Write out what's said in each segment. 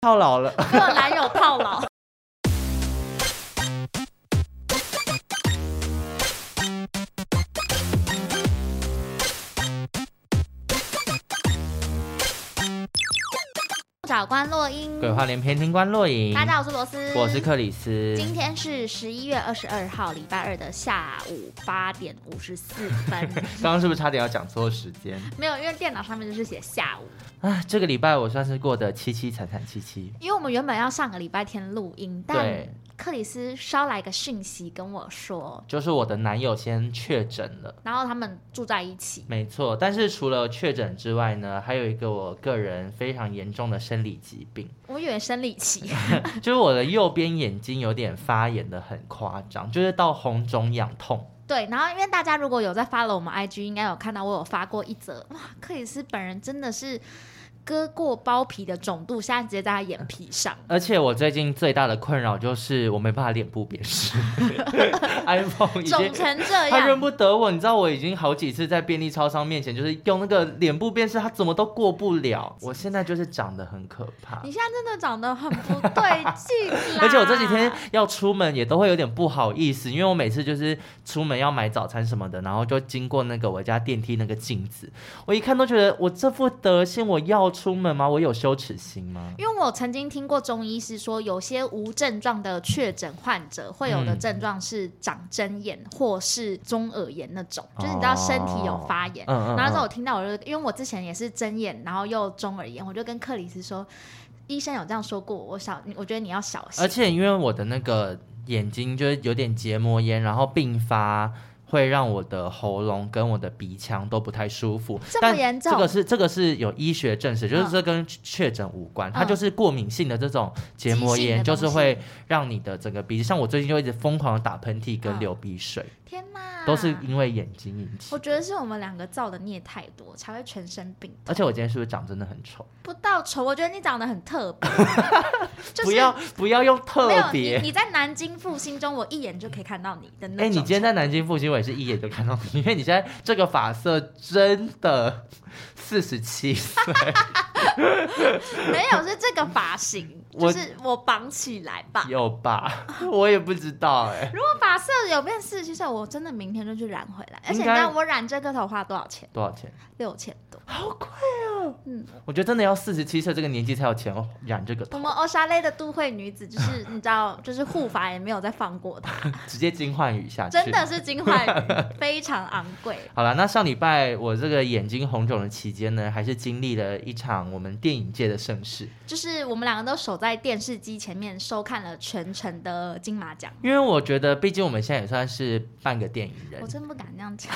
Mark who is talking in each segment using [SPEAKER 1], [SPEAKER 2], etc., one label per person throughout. [SPEAKER 1] 套牢了。
[SPEAKER 2] 克男友套牢。找关洛英，
[SPEAKER 1] 鬼话连篇，听官落影。
[SPEAKER 2] 大家好，我是罗斯，
[SPEAKER 1] 我是克里斯。
[SPEAKER 2] 今天是十一月二十二号，礼拜二的下午八点五十四 分。
[SPEAKER 1] 刚刚是不是差点要讲错时间？
[SPEAKER 2] 没有，因为电脑上面就是写下午，
[SPEAKER 1] 啊，这个礼拜我算是过得凄凄惨惨戚戚。
[SPEAKER 2] 因为我们原本要上个礼拜天录音，但
[SPEAKER 1] 对，
[SPEAKER 2] 克里斯捎来个讯息跟我说，
[SPEAKER 1] 就是我的男友先确诊了。
[SPEAKER 2] 然后他们住在一起，
[SPEAKER 1] 没错，但是除了确诊之外呢，还有一个我个人非常严重的生理疾 病，
[SPEAKER 2] 我以为生理期，
[SPEAKER 1] 就是我的右边眼睛有点发炎的很夸张，就是到红肿痒痛。
[SPEAKER 2] 对，然后因为大家如果有在 follow 我们 IG，应该有看到我有发过一则，哇，克里斯本人真的是割过包皮的肿度，现在直接在他眼皮上。
[SPEAKER 1] 而且我最近最大的困扰就是我没办法脸部辨 识，iPhone 已经
[SPEAKER 2] 肿成 这
[SPEAKER 1] 他认
[SPEAKER 2] 样，
[SPEAKER 1] 不得我，你知道我已经好几次在便利超商面前，就是用那个脸部辨识，他怎么都过不了。我现在就是长得很可怕，
[SPEAKER 2] 你现在真的长得很不对劲 啦！
[SPEAKER 1] 而且我这几
[SPEAKER 2] 啊
[SPEAKER 1] 天要出门也都会有点不好意思，因为我每次就是出门要买早餐什么的，然后就经过那个我家电梯那个镜子，我一看都觉得我这副德性，我要出门吗？我有羞耻心吗？
[SPEAKER 2] 因为我曾经听过中医师说，有些无症状的确诊患者会有的
[SPEAKER 1] 嗯
[SPEAKER 2] 症状是长针眼或是中耳炎那种，就是你知道身体有发炎。
[SPEAKER 1] 哦嗯嗯
[SPEAKER 2] 然后之后我
[SPEAKER 1] 嗯，
[SPEAKER 2] 听到，我就因为我之前也是针眼，然后又中耳炎，我就跟克里斯说，医生有这样说过，我小，我觉得你要小心
[SPEAKER 1] 而。且因为我的那个眼睛就是有点结膜炎，然后并发。会让我的喉咙跟我的鼻腔都不太舒服，
[SPEAKER 2] 这么
[SPEAKER 1] 但
[SPEAKER 2] 严重
[SPEAKER 1] 这个是这个是有医学证实，就是
[SPEAKER 2] 嗯
[SPEAKER 1] 这跟确诊无关，它
[SPEAKER 2] 嗯
[SPEAKER 1] 就是过敏性的这种结膜
[SPEAKER 2] 急性
[SPEAKER 1] 炎，
[SPEAKER 2] 的
[SPEAKER 1] 就
[SPEAKER 2] 东
[SPEAKER 1] 是
[SPEAKER 2] 西
[SPEAKER 1] 会让你的整个鼻子，像我最近就一直疯狂的打喷嚏跟
[SPEAKER 2] 嗯啊
[SPEAKER 1] 流鼻水，
[SPEAKER 2] 天哪，
[SPEAKER 1] 都是因为眼睛引起
[SPEAKER 2] 我。觉得是我们两个造的孽太多，才会全身病
[SPEAKER 1] 而且我今天是不是长真的很丑？
[SPEAKER 2] 不到丑。我觉得你长得很特 别，就是
[SPEAKER 1] 不要不要用
[SPEAKER 2] 没有
[SPEAKER 1] 特
[SPEAKER 2] 你，
[SPEAKER 1] 别。
[SPEAKER 2] 你在南京复兴中，我一眼就可以看到你的那种。
[SPEAKER 1] 哎、你今天在南京复兴，我也是一眼就看到你，因为你现在这个发色真的四十七岁，
[SPEAKER 2] 没有是这个发型，就
[SPEAKER 1] 我
[SPEAKER 2] 是我绑起来吧。
[SPEAKER 1] 有吧？我也不知道哎、
[SPEAKER 2] 如果发色有变四十七岁，我真的明天就去染回来。而且你
[SPEAKER 1] 应
[SPEAKER 2] 知
[SPEAKER 1] 该
[SPEAKER 2] 道我染这个头花多少钱？
[SPEAKER 1] 多少钱？
[SPEAKER 2] 六千多。
[SPEAKER 1] 好贵哦！
[SPEAKER 2] 嗯
[SPEAKER 1] 我觉得真的要四十七岁这个年纪才有钱染这个头
[SPEAKER 2] 我，们欧莎蕾的都会女子，就是 你知道，就是护发也没有再放过她，
[SPEAKER 1] 直接金焕宇啊下去。
[SPEAKER 2] 真的是金焕 宇，非常昂贵。
[SPEAKER 1] 好了，那上礼拜我这个眼睛红肿的期间呢，还是经历了一场我们电影界的盛事，
[SPEAKER 2] 就是我们两个都守在电视机前面收看了全程的金马奖，
[SPEAKER 1] 因为我觉得，毕竟我们现在也算是半个电影人
[SPEAKER 2] 我，真不敢那样讲。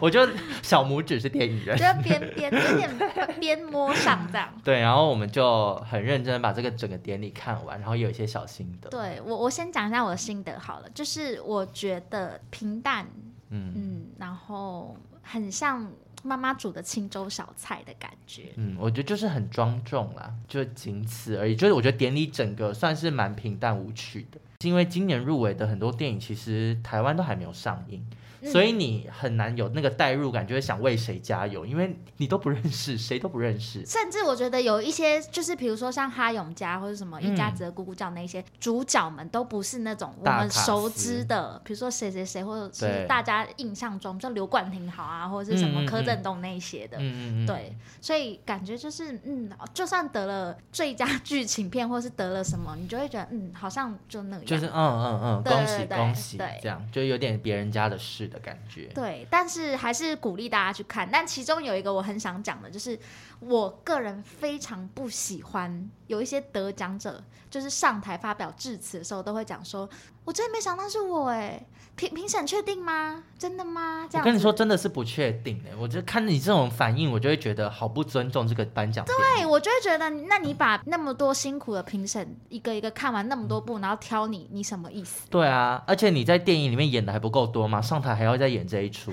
[SPEAKER 1] 我觉得小拇指是电影人
[SPEAKER 2] 就。是边边有点边摸上这样。
[SPEAKER 1] 对，然后我们就很认真地把这个整个典礼看完，然后也有一些小心得。
[SPEAKER 2] 对我，我先讲一下我的心得好了，就是我觉得平淡，
[SPEAKER 1] 嗯
[SPEAKER 2] 嗯，然后很像妈妈煮的清粥小菜的感觉。
[SPEAKER 1] 嗯，我觉得就是很庄重啦，就仅此而已。就是我觉得典礼整个算是蛮平淡无趣的，是因为今年入围的很多电影其实台湾都还没有上映，
[SPEAKER 2] 嗯
[SPEAKER 1] 所以你很难有那个代入感，就会想为谁加油，因为你都不认识，谁都不认识。
[SPEAKER 2] 甚至我觉得有一些，就是比如说像哈永家或者什么一家子的咕咕叫那一些、主角们，都不是那种我
[SPEAKER 1] 嗯大
[SPEAKER 2] 们
[SPEAKER 1] 卡
[SPEAKER 2] 熟
[SPEAKER 1] 司
[SPEAKER 2] 知的，比如说谁谁谁，或者
[SPEAKER 1] 对
[SPEAKER 2] 是大家印象中，像刘冠廷好啊，或者是什
[SPEAKER 1] 嗯嗯
[SPEAKER 2] 么柯
[SPEAKER 1] 嗯
[SPEAKER 2] 震东那一些的。
[SPEAKER 1] 嗯嗯嗯，
[SPEAKER 2] 对，所以感觉就是，嗯，就算得了最佳剧情片，或是得了什么，你就会觉得，嗯，好像就那样。
[SPEAKER 1] 就是嗯嗯嗯，
[SPEAKER 2] 对
[SPEAKER 1] 恭
[SPEAKER 2] 对
[SPEAKER 1] 喜
[SPEAKER 2] 对
[SPEAKER 1] 恭喜
[SPEAKER 2] 对，
[SPEAKER 1] 这样就有点别人家的事的感觉。
[SPEAKER 2] 对，但是还是鼓励大家去看。但其中有一个我很想讲的，就是我个人非常不喜欢有一些得奖者，就是上台发表致辞的时候都会讲说：“我真的没想到是我、哎，
[SPEAKER 1] 嗯
[SPEAKER 2] 评评审确定吗？真的吗？”这
[SPEAKER 1] 我
[SPEAKER 2] 样
[SPEAKER 1] 跟你
[SPEAKER 2] 子
[SPEAKER 1] 说，，真的是不确定的。我就看你这种反应，我就会觉得好不尊重这个颁奖典礼。
[SPEAKER 2] 对，哎我就会觉得，那你把那么多辛苦的评审一个一个看完那么多部，然后挑你，你什么意思？
[SPEAKER 1] 对啊，而且你在电影里面演的还不够多嘛，上台还要再演这一出，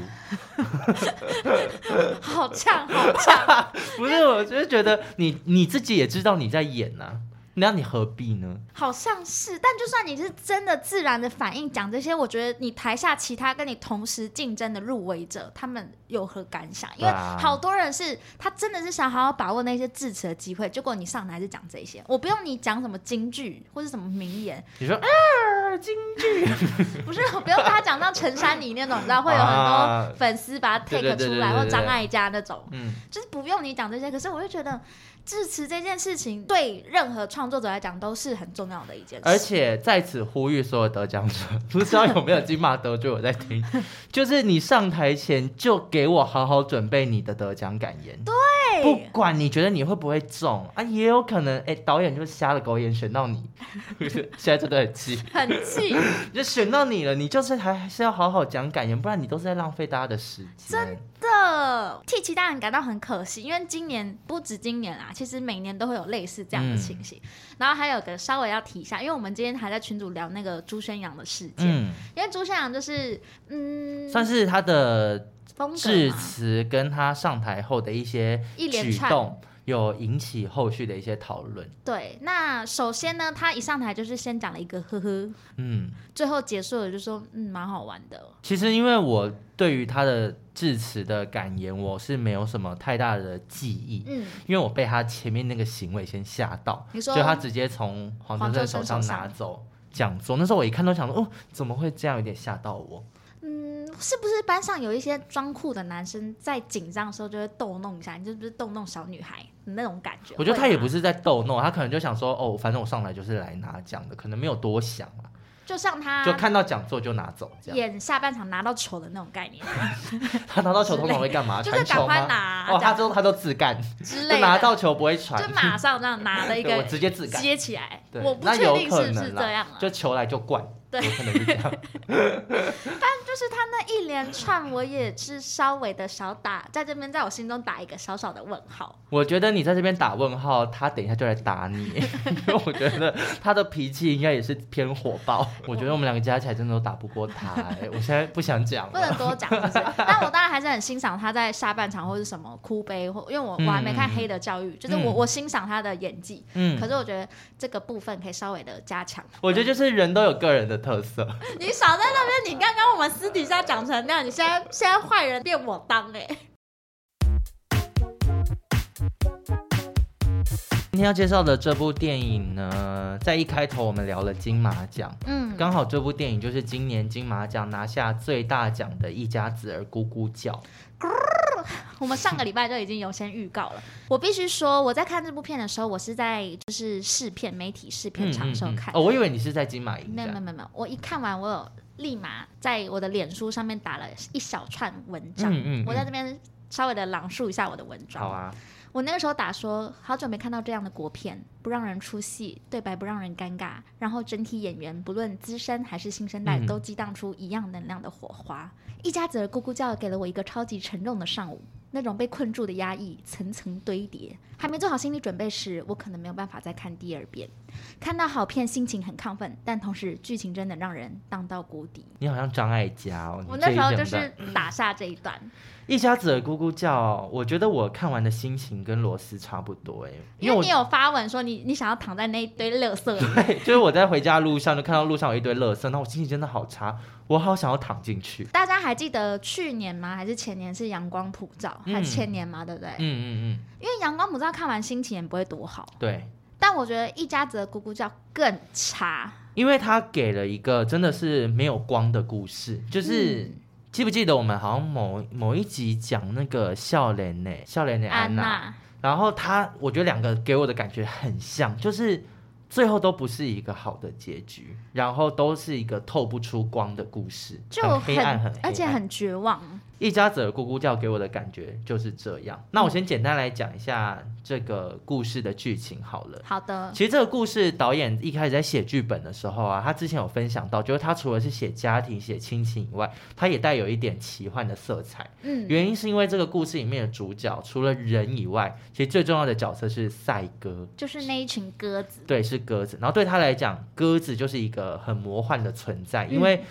[SPEAKER 2] 好呛，好呛！
[SPEAKER 1] 不是？我就是觉得你你自己也知道你在演呐、啊那你何必呢？
[SPEAKER 2] 好像是，但就算你是真的自然的反应讲这些，我觉得你台下其他跟你同时竞争的入围者，他们有何感想？因为
[SPEAKER 1] 对啊
[SPEAKER 2] 好多人是他真的是想好好把握那些致辞的机会，结果你上台是讲这些，我不用你讲什么京剧或是什么名言，
[SPEAKER 1] 你说，啊
[SPEAKER 2] 不是我不用他讲到陈珊妮那种，你知道会有很
[SPEAKER 1] 啊
[SPEAKER 2] 多粉丝把他
[SPEAKER 1] 对对
[SPEAKER 2] take
[SPEAKER 1] 对
[SPEAKER 2] 出
[SPEAKER 1] 对
[SPEAKER 2] 来，
[SPEAKER 1] 对
[SPEAKER 2] 或
[SPEAKER 1] 对
[SPEAKER 2] 张艾嘉那种。
[SPEAKER 1] 嗯，
[SPEAKER 2] 就是不用你讲这些，可是我就觉得致辞这件事情对任何创作者来讲都是很重要的一件事。
[SPEAKER 1] 而且在此呼吁所有得奖者，不知道有没有金马得主有在听， 就是你上台前就给我好好准备你的得奖感言。
[SPEAKER 2] 对
[SPEAKER 1] 不管你觉得你会不会中啊，也有可能哎、导演就瞎了狗眼选到你， 现在真的很气，
[SPEAKER 2] 很 气，
[SPEAKER 1] 就选到你了，你就是还还是要好好讲感言，不然你都是在浪费大家的时间。真
[SPEAKER 2] 的替其他人感到很可惜，因为今年不止今年啦，其实每年都会有类似这样的情
[SPEAKER 1] 嗯
[SPEAKER 2] 形。然后还有个稍微要提一下，因为我们今天还在群组聊那个朱宣阳的事件，
[SPEAKER 1] 嗯，
[SPEAKER 2] 因为朱宣阳就是嗯，
[SPEAKER 1] 算是他的
[SPEAKER 2] 风格
[SPEAKER 1] 致
[SPEAKER 2] 嘛，
[SPEAKER 1] 辞跟他上台后的一些
[SPEAKER 2] 一连
[SPEAKER 1] 举
[SPEAKER 2] 串
[SPEAKER 1] 动，有引起后续的一些讨论。
[SPEAKER 2] 对。那首先呢，他一上台就是先讲了一个呵呵，
[SPEAKER 1] 嗯，
[SPEAKER 2] 最后结束了就说嗯，蛮好玩的。
[SPEAKER 1] 其实因为我对于他的致辞的感言，我是没有什么太大的记忆。
[SPEAKER 2] 嗯，
[SPEAKER 1] 因为我被他前面那个行为先吓到，
[SPEAKER 2] 你说
[SPEAKER 1] 就他直接从黄秋生手上拿走讲座，那时候我一看都想说，哦，怎么会这样？有点吓到我。
[SPEAKER 2] 嗯，是不是班上有一些装酷的男生在紧张的时候就会逗弄一下？你是不是逗弄小女孩那种感觉？
[SPEAKER 1] 我觉得他也
[SPEAKER 2] 会吗
[SPEAKER 1] 不是在逗弄，他可能就想说，哦，反正我上来就是来拿奖的，可能没有多想嘛，
[SPEAKER 2] 就像他
[SPEAKER 1] 就看到讲座就拿走这样。
[SPEAKER 2] 演下半场拿到球的那种概念
[SPEAKER 1] 啊他拿到球通常会干嘛？
[SPEAKER 2] 之类
[SPEAKER 1] 传
[SPEAKER 2] 就是
[SPEAKER 1] 球
[SPEAKER 2] 赶快
[SPEAKER 1] 吗
[SPEAKER 2] 拿？
[SPEAKER 1] 哦，
[SPEAKER 2] 这
[SPEAKER 1] 他
[SPEAKER 2] 样
[SPEAKER 1] 都他都自干，
[SPEAKER 2] 之
[SPEAKER 1] 就
[SPEAKER 2] 类
[SPEAKER 1] 拿
[SPEAKER 2] 的，
[SPEAKER 1] 到球不会传
[SPEAKER 2] 就，马上这样拿了 一
[SPEAKER 1] 对我
[SPEAKER 2] 个
[SPEAKER 1] 直接自干。
[SPEAKER 2] 接起来。
[SPEAKER 1] 对，
[SPEAKER 2] 我不
[SPEAKER 1] 那
[SPEAKER 2] 确
[SPEAKER 1] 有
[SPEAKER 2] 定
[SPEAKER 1] 可
[SPEAKER 2] 是不
[SPEAKER 1] 能
[SPEAKER 2] 是
[SPEAKER 1] 啦
[SPEAKER 2] 这样啊了，
[SPEAKER 1] 就球来就灌，
[SPEAKER 2] 对
[SPEAKER 1] 有可能是这样。
[SPEAKER 2] 就是他那一连串，我也是稍微的小打，在这边在我心中打一个小小的问号。
[SPEAKER 1] 我觉得你在这边打问号，他等一下就来打你， 因为我觉得他的脾气应该也是偏火爆。我觉得我们两个加起来真的都打不过他、哎我现在不想讲
[SPEAKER 2] 不
[SPEAKER 1] 了。
[SPEAKER 2] 能多讲，就是。 但我当然还是很欣赏他在下半场或是什么哭悲，或因为我我还没看《黑的教育》，就是我
[SPEAKER 1] 嗯
[SPEAKER 2] 我欣赏他的演技，
[SPEAKER 1] 嗯
[SPEAKER 2] 可，是我觉得这个部分可以稍微的加强。
[SPEAKER 1] 我觉得就是人都有个人的特色，
[SPEAKER 2] 你少在那边，你刚刚我们私底下讲成那样，你现在现在坏人变我当哎、
[SPEAKER 1] 今天要介绍的这部电影呢，在一开头我们聊了金马奖，
[SPEAKER 2] 嗯，
[SPEAKER 1] 刚好这部电影就是今年金马奖拿下最大奖的一家子儿咕咕叫。
[SPEAKER 2] 我们上个礼拜就已经有先预告了。我必须说，我在看这部片的时候，我是在就是试片媒体试片场收看
[SPEAKER 1] 哦，，我以为你是在金马影
[SPEAKER 2] 没有没有
[SPEAKER 1] 展。
[SPEAKER 2] 没有没有，我一看完，我有立马在我的脸书上面打了一小串文章，
[SPEAKER 1] 嗯嗯嗯
[SPEAKER 2] 我在这边稍微的朗述一下我的文章。
[SPEAKER 1] 好啊，
[SPEAKER 2] 我那个时候打说，好久没看到这样的国片，不让人出戏，对白不让人尴尬，然后整体演员不论资深还是新生代，
[SPEAKER 1] 嗯
[SPEAKER 2] 都激荡出一样能量的火花。一家子的咕咕叫给了我一个超级沉重的上午，那种被困住的压抑层层堆叠，还没做好心理准备时，我可能没有办法再看第二遍。看到好片，心情很亢奋，但同时剧情真的让人荡到谷底。
[SPEAKER 1] 你好像张艾嘉哦。你
[SPEAKER 2] 我那时候
[SPEAKER 1] 这一
[SPEAKER 2] 就
[SPEAKER 1] 整段
[SPEAKER 2] 是打下这一段，
[SPEAKER 1] 一家子的咕咕叫，我觉得我看完的心情跟罗斯差不多哎、
[SPEAKER 2] 因
[SPEAKER 1] 为
[SPEAKER 2] 为
[SPEAKER 1] 我
[SPEAKER 2] 你有发文说你你想要躺在那一堆垃圾里。
[SPEAKER 1] 对，就是我在回 家路上就看到路上有一堆垃圾，那我心情真的好差，我好想要躺进去。
[SPEAKER 2] 大家还记得去年吗？还是前年是阳光普照？
[SPEAKER 1] 嗯
[SPEAKER 2] 还是前年吗？对不对？
[SPEAKER 1] 嗯嗯嗯，
[SPEAKER 2] 因为阳光普照看完心情也不会多好，
[SPEAKER 1] 对，
[SPEAKER 2] 但我觉得一家子的咕咕叫更差。
[SPEAKER 1] 因为他给了一个真的是没有光的故事，就是。
[SPEAKER 2] 嗯
[SPEAKER 1] 记不记得我们好像某某一集讲那个笑脸呢？笑脸的安
[SPEAKER 2] 安
[SPEAKER 1] 娜，
[SPEAKER 2] 娜，
[SPEAKER 1] 然后他，我觉得两个给我的感觉很像，就是最后都不是一个好的结局，然后都是一个透不出光的故事，
[SPEAKER 2] 就
[SPEAKER 1] 很黑暗，很黑暗
[SPEAKER 2] 而且很绝望。
[SPEAKER 1] 一家子的咕咕叫给我的感觉就是这样。那我先简单来讲一下这个故事的剧情好了。
[SPEAKER 2] 好的，
[SPEAKER 1] 其实这个故事导演一开始在写剧本的时候啊，他之前有分享到，就是他除了是写家庭、写亲情以外，他也带有一点奇幻的色彩。
[SPEAKER 2] 嗯，
[SPEAKER 1] 原因是因为这个故事里面的主角除了人以外，其实最重要的角色是赛鸽，
[SPEAKER 2] 就是那一群鸽子。
[SPEAKER 1] 对，是鸽子。然后对他来讲，鸽子就是一个很魔幻的存在，
[SPEAKER 2] 嗯
[SPEAKER 1] 因为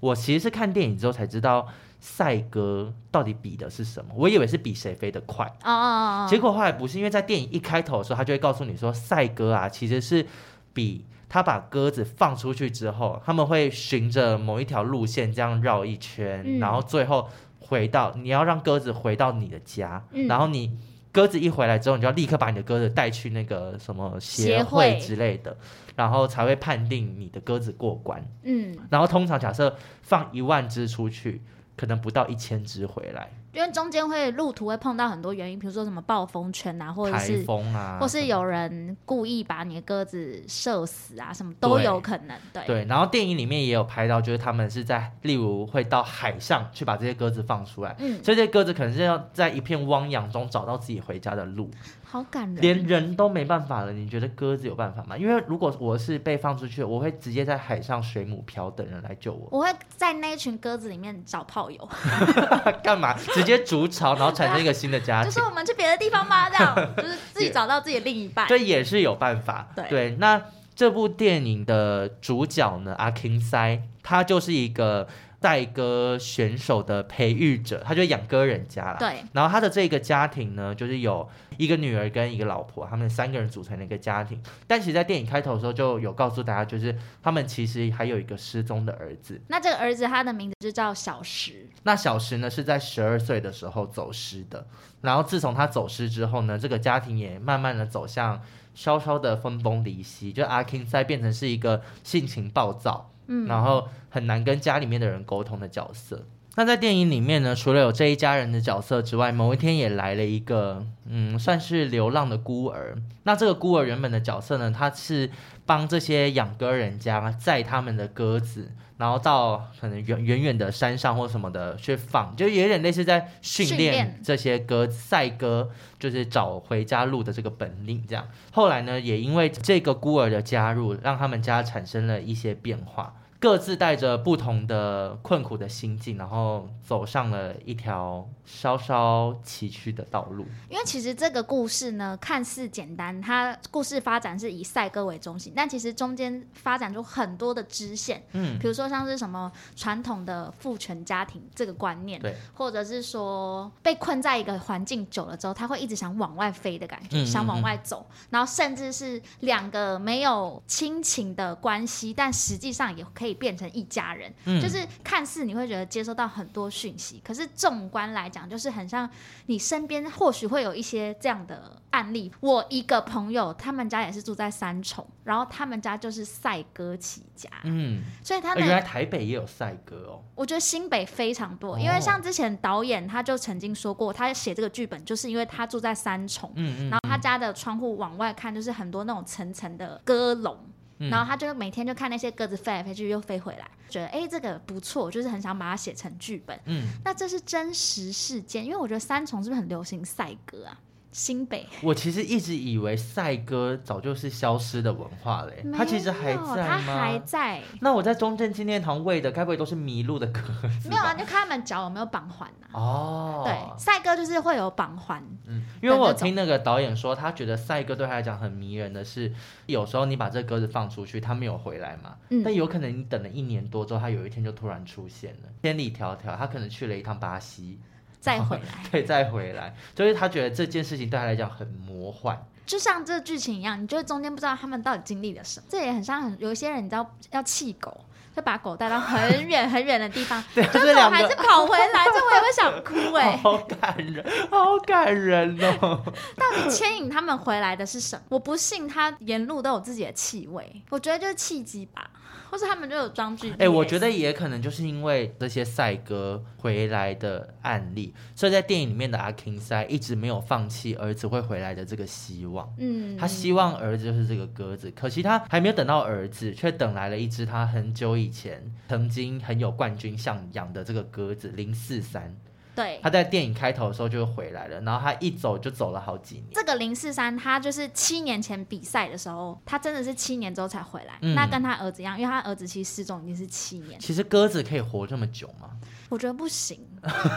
[SPEAKER 1] 我其实是看电影之后才知道。赛鸽到底比的是什么，我以为是比谁飞得快，
[SPEAKER 2] 哦哦哦，
[SPEAKER 1] 结果后来不是，因为在电影一开头的时候，他就会告诉你说，赛鸽啊其实是比他把鸽子放出去之后，他们会循着某一条路线这样绕一圈，
[SPEAKER 2] 嗯
[SPEAKER 1] 然后最后回到你要让鸽子回到你的家，
[SPEAKER 2] 嗯
[SPEAKER 1] 然后你。鸽子一回来之后，你就要立刻把你的鸽子带去那个什么
[SPEAKER 2] 协
[SPEAKER 1] 协
[SPEAKER 2] 会
[SPEAKER 1] 会之类的，然后才会判定你的鸽子过关。
[SPEAKER 2] 嗯，
[SPEAKER 1] 然后通常假设放一万只出去，可能不到一千只回来，
[SPEAKER 2] 因为中间会路途会碰到很多原因，比如说什么暴风圈啊，或者
[SPEAKER 1] 台
[SPEAKER 2] 是
[SPEAKER 1] 风啊，
[SPEAKER 2] 或是有人故意把你的鸽子射死啊，什么都
[SPEAKER 1] 对
[SPEAKER 2] 有可能。对，
[SPEAKER 1] 对，然后电影里面也有拍到，就是他们是在，例如会到海上去把这些鸽子放出来，
[SPEAKER 2] 嗯，
[SPEAKER 1] 所以这些鸽子可能是要在一片汪洋中找到自己回家的路，
[SPEAKER 2] 好感人。哦
[SPEAKER 1] 连人都没办法了，你觉得鸽子有办法吗？因为如果我是被放出去，我会直接在海上水母漂等人来救我，
[SPEAKER 2] 我会在那一群鸽子里面找炮友，
[SPEAKER 1] 干嘛？直接筑巢，然后产生一个新的家
[SPEAKER 2] 就
[SPEAKER 1] 庭
[SPEAKER 2] 是。我们去别的地方吧，这样就是自己
[SPEAKER 1] 也
[SPEAKER 2] 找到自己的另一半。
[SPEAKER 1] 这也是有办法。
[SPEAKER 2] 对
[SPEAKER 1] 那这部电影的主角呢，阿 King 塞，他就是一个带歌选手的培育者，他就养鸽人家啦。
[SPEAKER 2] 对，
[SPEAKER 1] 然后他的这个家庭呢，就是有一个女儿跟一个老婆，他们三个人组成了一个家庭。但其实，在电影开头的时候就有告诉大家，就是他们其实还有一个失踪的儿子。
[SPEAKER 2] 那这个儿子他的名字就叫小石，
[SPEAKER 1] 那小石呢是在十二岁的时候走失的，然后自从他走失之后呢，这个家庭也慢慢的走向稍稍的分崩离析，就阿 King 塞变成是一个性情暴躁，
[SPEAKER 2] 嗯，
[SPEAKER 1] 然后很难跟家里面的人沟通的角色。那在电影里面呢，除了有这一家人的角色之外，某一天也来了一个，嗯，算是流浪的孤儿。那这个孤儿原本的角色呢，他是帮这些养鸽人家载他们的鸽子，然后到可能远远远的山上或什么的去放，就有点类似在
[SPEAKER 2] 训
[SPEAKER 1] 训
[SPEAKER 2] 练
[SPEAKER 1] 练这些鸽子赛鸽，就是找回家路的这个本领。这样后来呢，也因为这个孤儿的加入，让他们家产生了一些变化。各自带着不同的困苦的心境，然后走上了一条稍稍崎岖的道路。
[SPEAKER 2] 因为其实这个故事呢，看似简单，它故事发展是以赛鸽为中心，但其实中间发展出很多的支线，嗯，比如说像是什么传统的父权家庭这个观念，
[SPEAKER 1] 对，
[SPEAKER 2] 或者是说被困在一个环境久了之后，他会一直想往外飞的感觉，
[SPEAKER 1] 嗯嗯
[SPEAKER 2] 想往外走，然后甚至是两个没有亲情的关系，但实际上也可以变成一家人，
[SPEAKER 1] 嗯
[SPEAKER 2] 就是看似你会觉得接收到很多讯息，可是纵观来讲，就是很像你身边或许会有一些这样的案例。我一个朋友，他们家也是住在三重，然后他们家就是赛鸽起家，
[SPEAKER 1] 嗯，
[SPEAKER 2] 所以他
[SPEAKER 1] 原来
[SPEAKER 2] 们
[SPEAKER 1] 台北也有赛鸽哦。
[SPEAKER 2] 我觉得新北非常多，
[SPEAKER 1] 哦
[SPEAKER 2] 因为像之前导演他就曾经说过，他写这个剧本就是因为他住在三重。
[SPEAKER 1] 嗯嗯，
[SPEAKER 2] 然后他家的窗户往外看，就是很多那种层层的鸽笼，
[SPEAKER 1] 嗯
[SPEAKER 2] 然后他就每天就看那些鸽子飞来飞去，又飞回来，觉得哎、诶这个不错，就是很想把它写成剧本。
[SPEAKER 1] 嗯，
[SPEAKER 2] 那这是真实事件，因为我觉得三重是不是很流行赛鸽啊？新北
[SPEAKER 1] 我其实一直以为赛鸽早就是消失的文化嘞，它其实还
[SPEAKER 2] 没有它
[SPEAKER 1] 在
[SPEAKER 2] 还
[SPEAKER 1] 吗？
[SPEAKER 2] 在，
[SPEAKER 1] 那我在中正纪念堂喂的，该不会都是迷路的鸽子吧？
[SPEAKER 2] 没有啊？就看他们脚有没有绑环啊。
[SPEAKER 1] 哦，
[SPEAKER 2] 对，赛鸽就是会有绑环，
[SPEAKER 1] 嗯，因为我有
[SPEAKER 2] 的那种
[SPEAKER 1] 听那个导演说，他觉得赛鸽对他来讲很迷人的是，有时候你把这鸽子放出去，它没有回来嘛，
[SPEAKER 2] 嗯
[SPEAKER 1] 但有可能你等了一年多之后，它有一天就突然出现了，千里迢迢，它可能去了一趟巴西，
[SPEAKER 2] 再回来，
[SPEAKER 1] 对，再回来，就是他觉得这件事情对他来讲很魔幻，
[SPEAKER 2] 就像这剧情一样，你就中间不知道他们到底经历了什么。这也很像很有一些人，你知道要弃狗，就把狗带 到很远很远的地方，
[SPEAKER 1] 对，
[SPEAKER 2] 就
[SPEAKER 1] 这
[SPEAKER 2] 狗
[SPEAKER 1] 两
[SPEAKER 2] 还是
[SPEAKER 1] 个。
[SPEAKER 2] 跑回来，这我也会 想哭哎、
[SPEAKER 1] 好感人，好感人 哦！
[SPEAKER 2] 到底牵引他们回来的是什么？我不信他沿路都有自己的气味，我觉得就是契机吧，或是他们就有装具。
[SPEAKER 1] 哎、我觉得也可能就是因为这些赛鸽回来的案例，所以在电影里面的阿 King 塞一直没有放弃儿子会回来的这个希望。
[SPEAKER 2] 嗯，
[SPEAKER 1] 他希望儿子就是这个鸽子，可惜他还没有等到儿子，却等来了一只他很久以前曾经很有冠军相养的这个鸽子零四三。
[SPEAKER 2] 对。
[SPEAKER 1] 他在电影开头的时候就回来了，然后他一走就走了好几年。
[SPEAKER 2] 这个零四三，他就是七年前比赛的时候，他真的是七年之后才回来。
[SPEAKER 1] 嗯
[SPEAKER 2] 那跟他儿子一样，因为他儿子其实失踪已经是七年，
[SPEAKER 1] 其实鸽子可以活这么久吗？
[SPEAKER 2] 我觉得不行。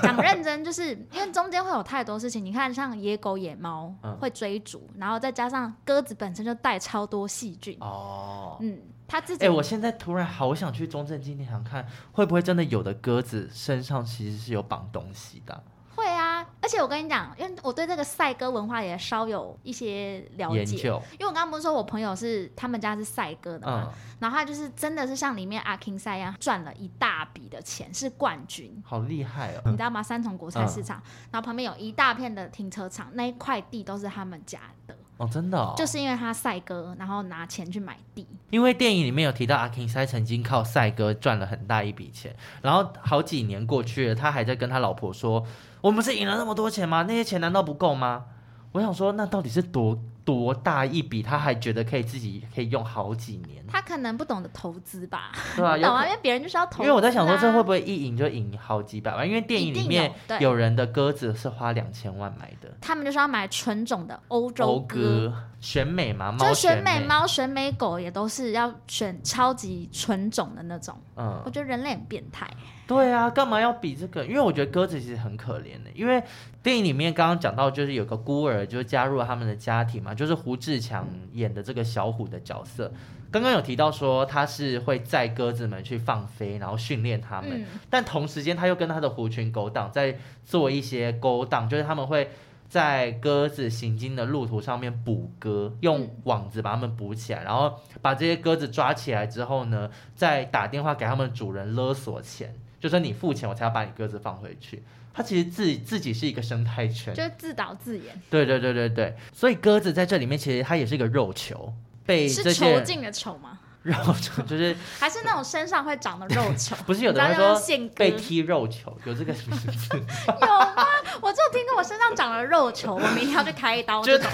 [SPEAKER 2] 讲认真，就是因为中间会有太多事情。你看，像野狗、野猫
[SPEAKER 1] 嗯
[SPEAKER 2] 会追逐，然后再加上鸽子本身就带超多细菌，
[SPEAKER 1] 哦。
[SPEAKER 2] 嗯，它自己
[SPEAKER 1] 哎、我现在突然好想去中正纪念堂看，会不会真的有的鸽子身上其实是有绑东西的啊？
[SPEAKER 2] 会啊。而且我跟你讲，因为我对这个赛鸽文化也稍有一些了
[SPEAKER 1] 研
[SPEAKER 2] 解。
[SPEAKER 1] 究，
[SPEAKER 2] 因为我刚刚不是说我朋友是他们家是赛鸽的嘛，
[SPEAKER 1] 嗯，
[SPEAKER 2] 然后他就是真的是像里面阿 King 赛一样赚了一大笔的钱，是冠军。
[SPEAKER 1] 好厉害哦。
[SPEAKER 2] 你知道吗？三重国菜市场，然后旁边有一大片的停车场，那一块地都是他们家的，
[SPEAKER 1] 哦，真的、哦，
[SPEAKER 2] 就是因为他赛鸽，然后拿钱去买地。
[SPEAKER 1] 因为电影里面有提到阿 King 塞曾经靠赛鸽赚了很大一笔钱，然后好几年过去了，他还在跟他老婆说：“我们是赢了那么多钱吗？那些钱难道不够吗？”我想说，那到底是多多大一笔，他还觉得可以自己可以用好几年，
[SPEAKER 2] 他可能不懂得投资吧，
[SPEAKER 1] 对吧、嗯
[SPEAKER 2] 不懂
[SPEAKER 1] 有
[SPEAKER 2] 啊，
[SPEAKER 1] 可
[SPEAKER 2] 因为别人就是要投资、啊。
[SPEAKER 1] 因为我在想说，这会不会一赢就赢好几百万？因为电影里面
[SPEAKER 2] 一定有对
[SPEAKER 1] 有人的鸽子是花两千万买的，
[SPEAKER 2] 他们就是要买纯种的欧洲
[SPEAKER 1] 欧
[SPEAKER 2] 鸽，
[SPEAKER 1] 鸽选美嘛，猫
[SPEAKER 2] 就选
[SPEAKER 1] 美
[SPEAKER 2] 美，猫、选美狗也都是要选超级纯种的那种。
[SPEAKER 1] 嗯
[SPEAKER 2] 我，觉得人类很变态，
[SPEAKER 1] 对啊，干嘛要比这个？因为我觉得鸽子其实很可怜的、因为电影里面刚刚讲到，就是有个孤儿就加入了他们的家庭嘛，就是胡志强演的这个小虎的角色。刚刚有提到说他是会载鸽子们去放飞，然后训练他们，
[SPEAKER 2] 嗯，
[SPEAKER 1] 但同时间他又跟他的狐群狗党在做一些勾当，就是他们会在鸽子行经的路途上面捕鸽，用网子把它们捕起来，然后把这些鸽子抓起来之后呢，再打电话给他们主人勒索钱，就说你付钱我才要把你鸽子放回去。它其实自己自己是一个生态圈，
[SPEAKER 2] 就是自导自演，
[SPEAKER 1] 对对对对对，所以鸽子在这里面其实它也是一个肉球，被哎这
[SPEAKER 2] 是囚
[SPEAKER 1] 些
[SPEAKER 2] 禁的囚吗？
[SPEAKER 1] 肉球 就是？
[SPEAKER 2] 还是那种身上会长的肉球
[SPEAKER 1] 不 是有的
[SPEAKER 2] 你
[SPEAKER 1] 人
[SPEAKER 2] 知
[SPEAKER 1] 会
[SPEAKER 2] 道
[SPEAKER 1] 说
[SPEAKER 2] 那种线鸽
[SPEAKER 1] 被踢肉 球，有这个 名字。
[SPEAKER 2] 有吗？我就听过我身上长了肉球，我明天要去开一 刀
[SPEAKER 1] 就
[SPEAKER 2] 这种。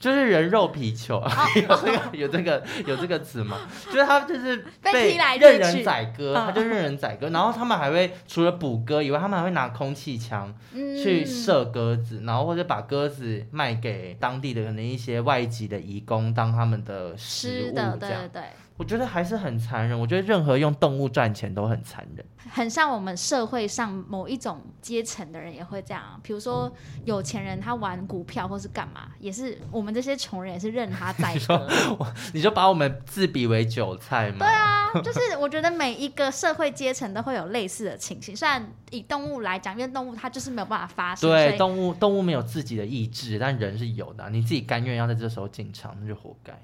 [SPEAKER 1] 就是人肉皮球，
[SPEAKER 2] 哦
[SPEAKER 1] 有这个有这个有这个词吗？就是他就是
[SPEAKER 2] 被踢来踢
[SPEAKER 1] 任人
[SPEAKER 2] 去
[SPEAKER 1] 宰割，
[SPEAKER 2] 嗯
[SPEAKER 1] 他就任人宰割。然后他们还会除了捕鸽以外，他们还会拿空气枪
[SPEAKER 2] 嗯
[SPEAKER 1] 去射鸽子，然后或者把鸽子卖给当地的可能一些外籍的移工当他们的食
[SPEAKER 2] 吃
[SPEAKER 1] 物
[SPEAKER 2] 的，
[SPEAKER 1] 这
[SPEAKER 2] 对
[SPEAKER 1] 样
[SPEAKER 2] 对。对，
[SPEAKER 1] 我觉得还是很残忍。我觉得任何用动物赚钱都很残忍。
[SPEAKER 2] 很像我们社会上某一种阶层的人也会这样啊。比如
[SPEAKER 1] 哦
[SPEAKER 2] 说有钱人他玩股票或是干嘛，也是我们这些穷人也是任 他宰割。
[SPEAKER 1] 你就把我们自比为韭菜嘛？对啊，
[SPEAKER 2] 啊就是我觉得每一个社会阶层都会有类似的情形。虽然以动物来讲，因为动物它啊就是没有办法发生，所
[SPEAKER 1] 对，
[SPEAKER 2] 以
[SPEAKER 1] 动物动物没有自己的意志，但人是有的啊。你自己甘愿要在这时候进场，那就活该。
[SPEAKER 2] 哎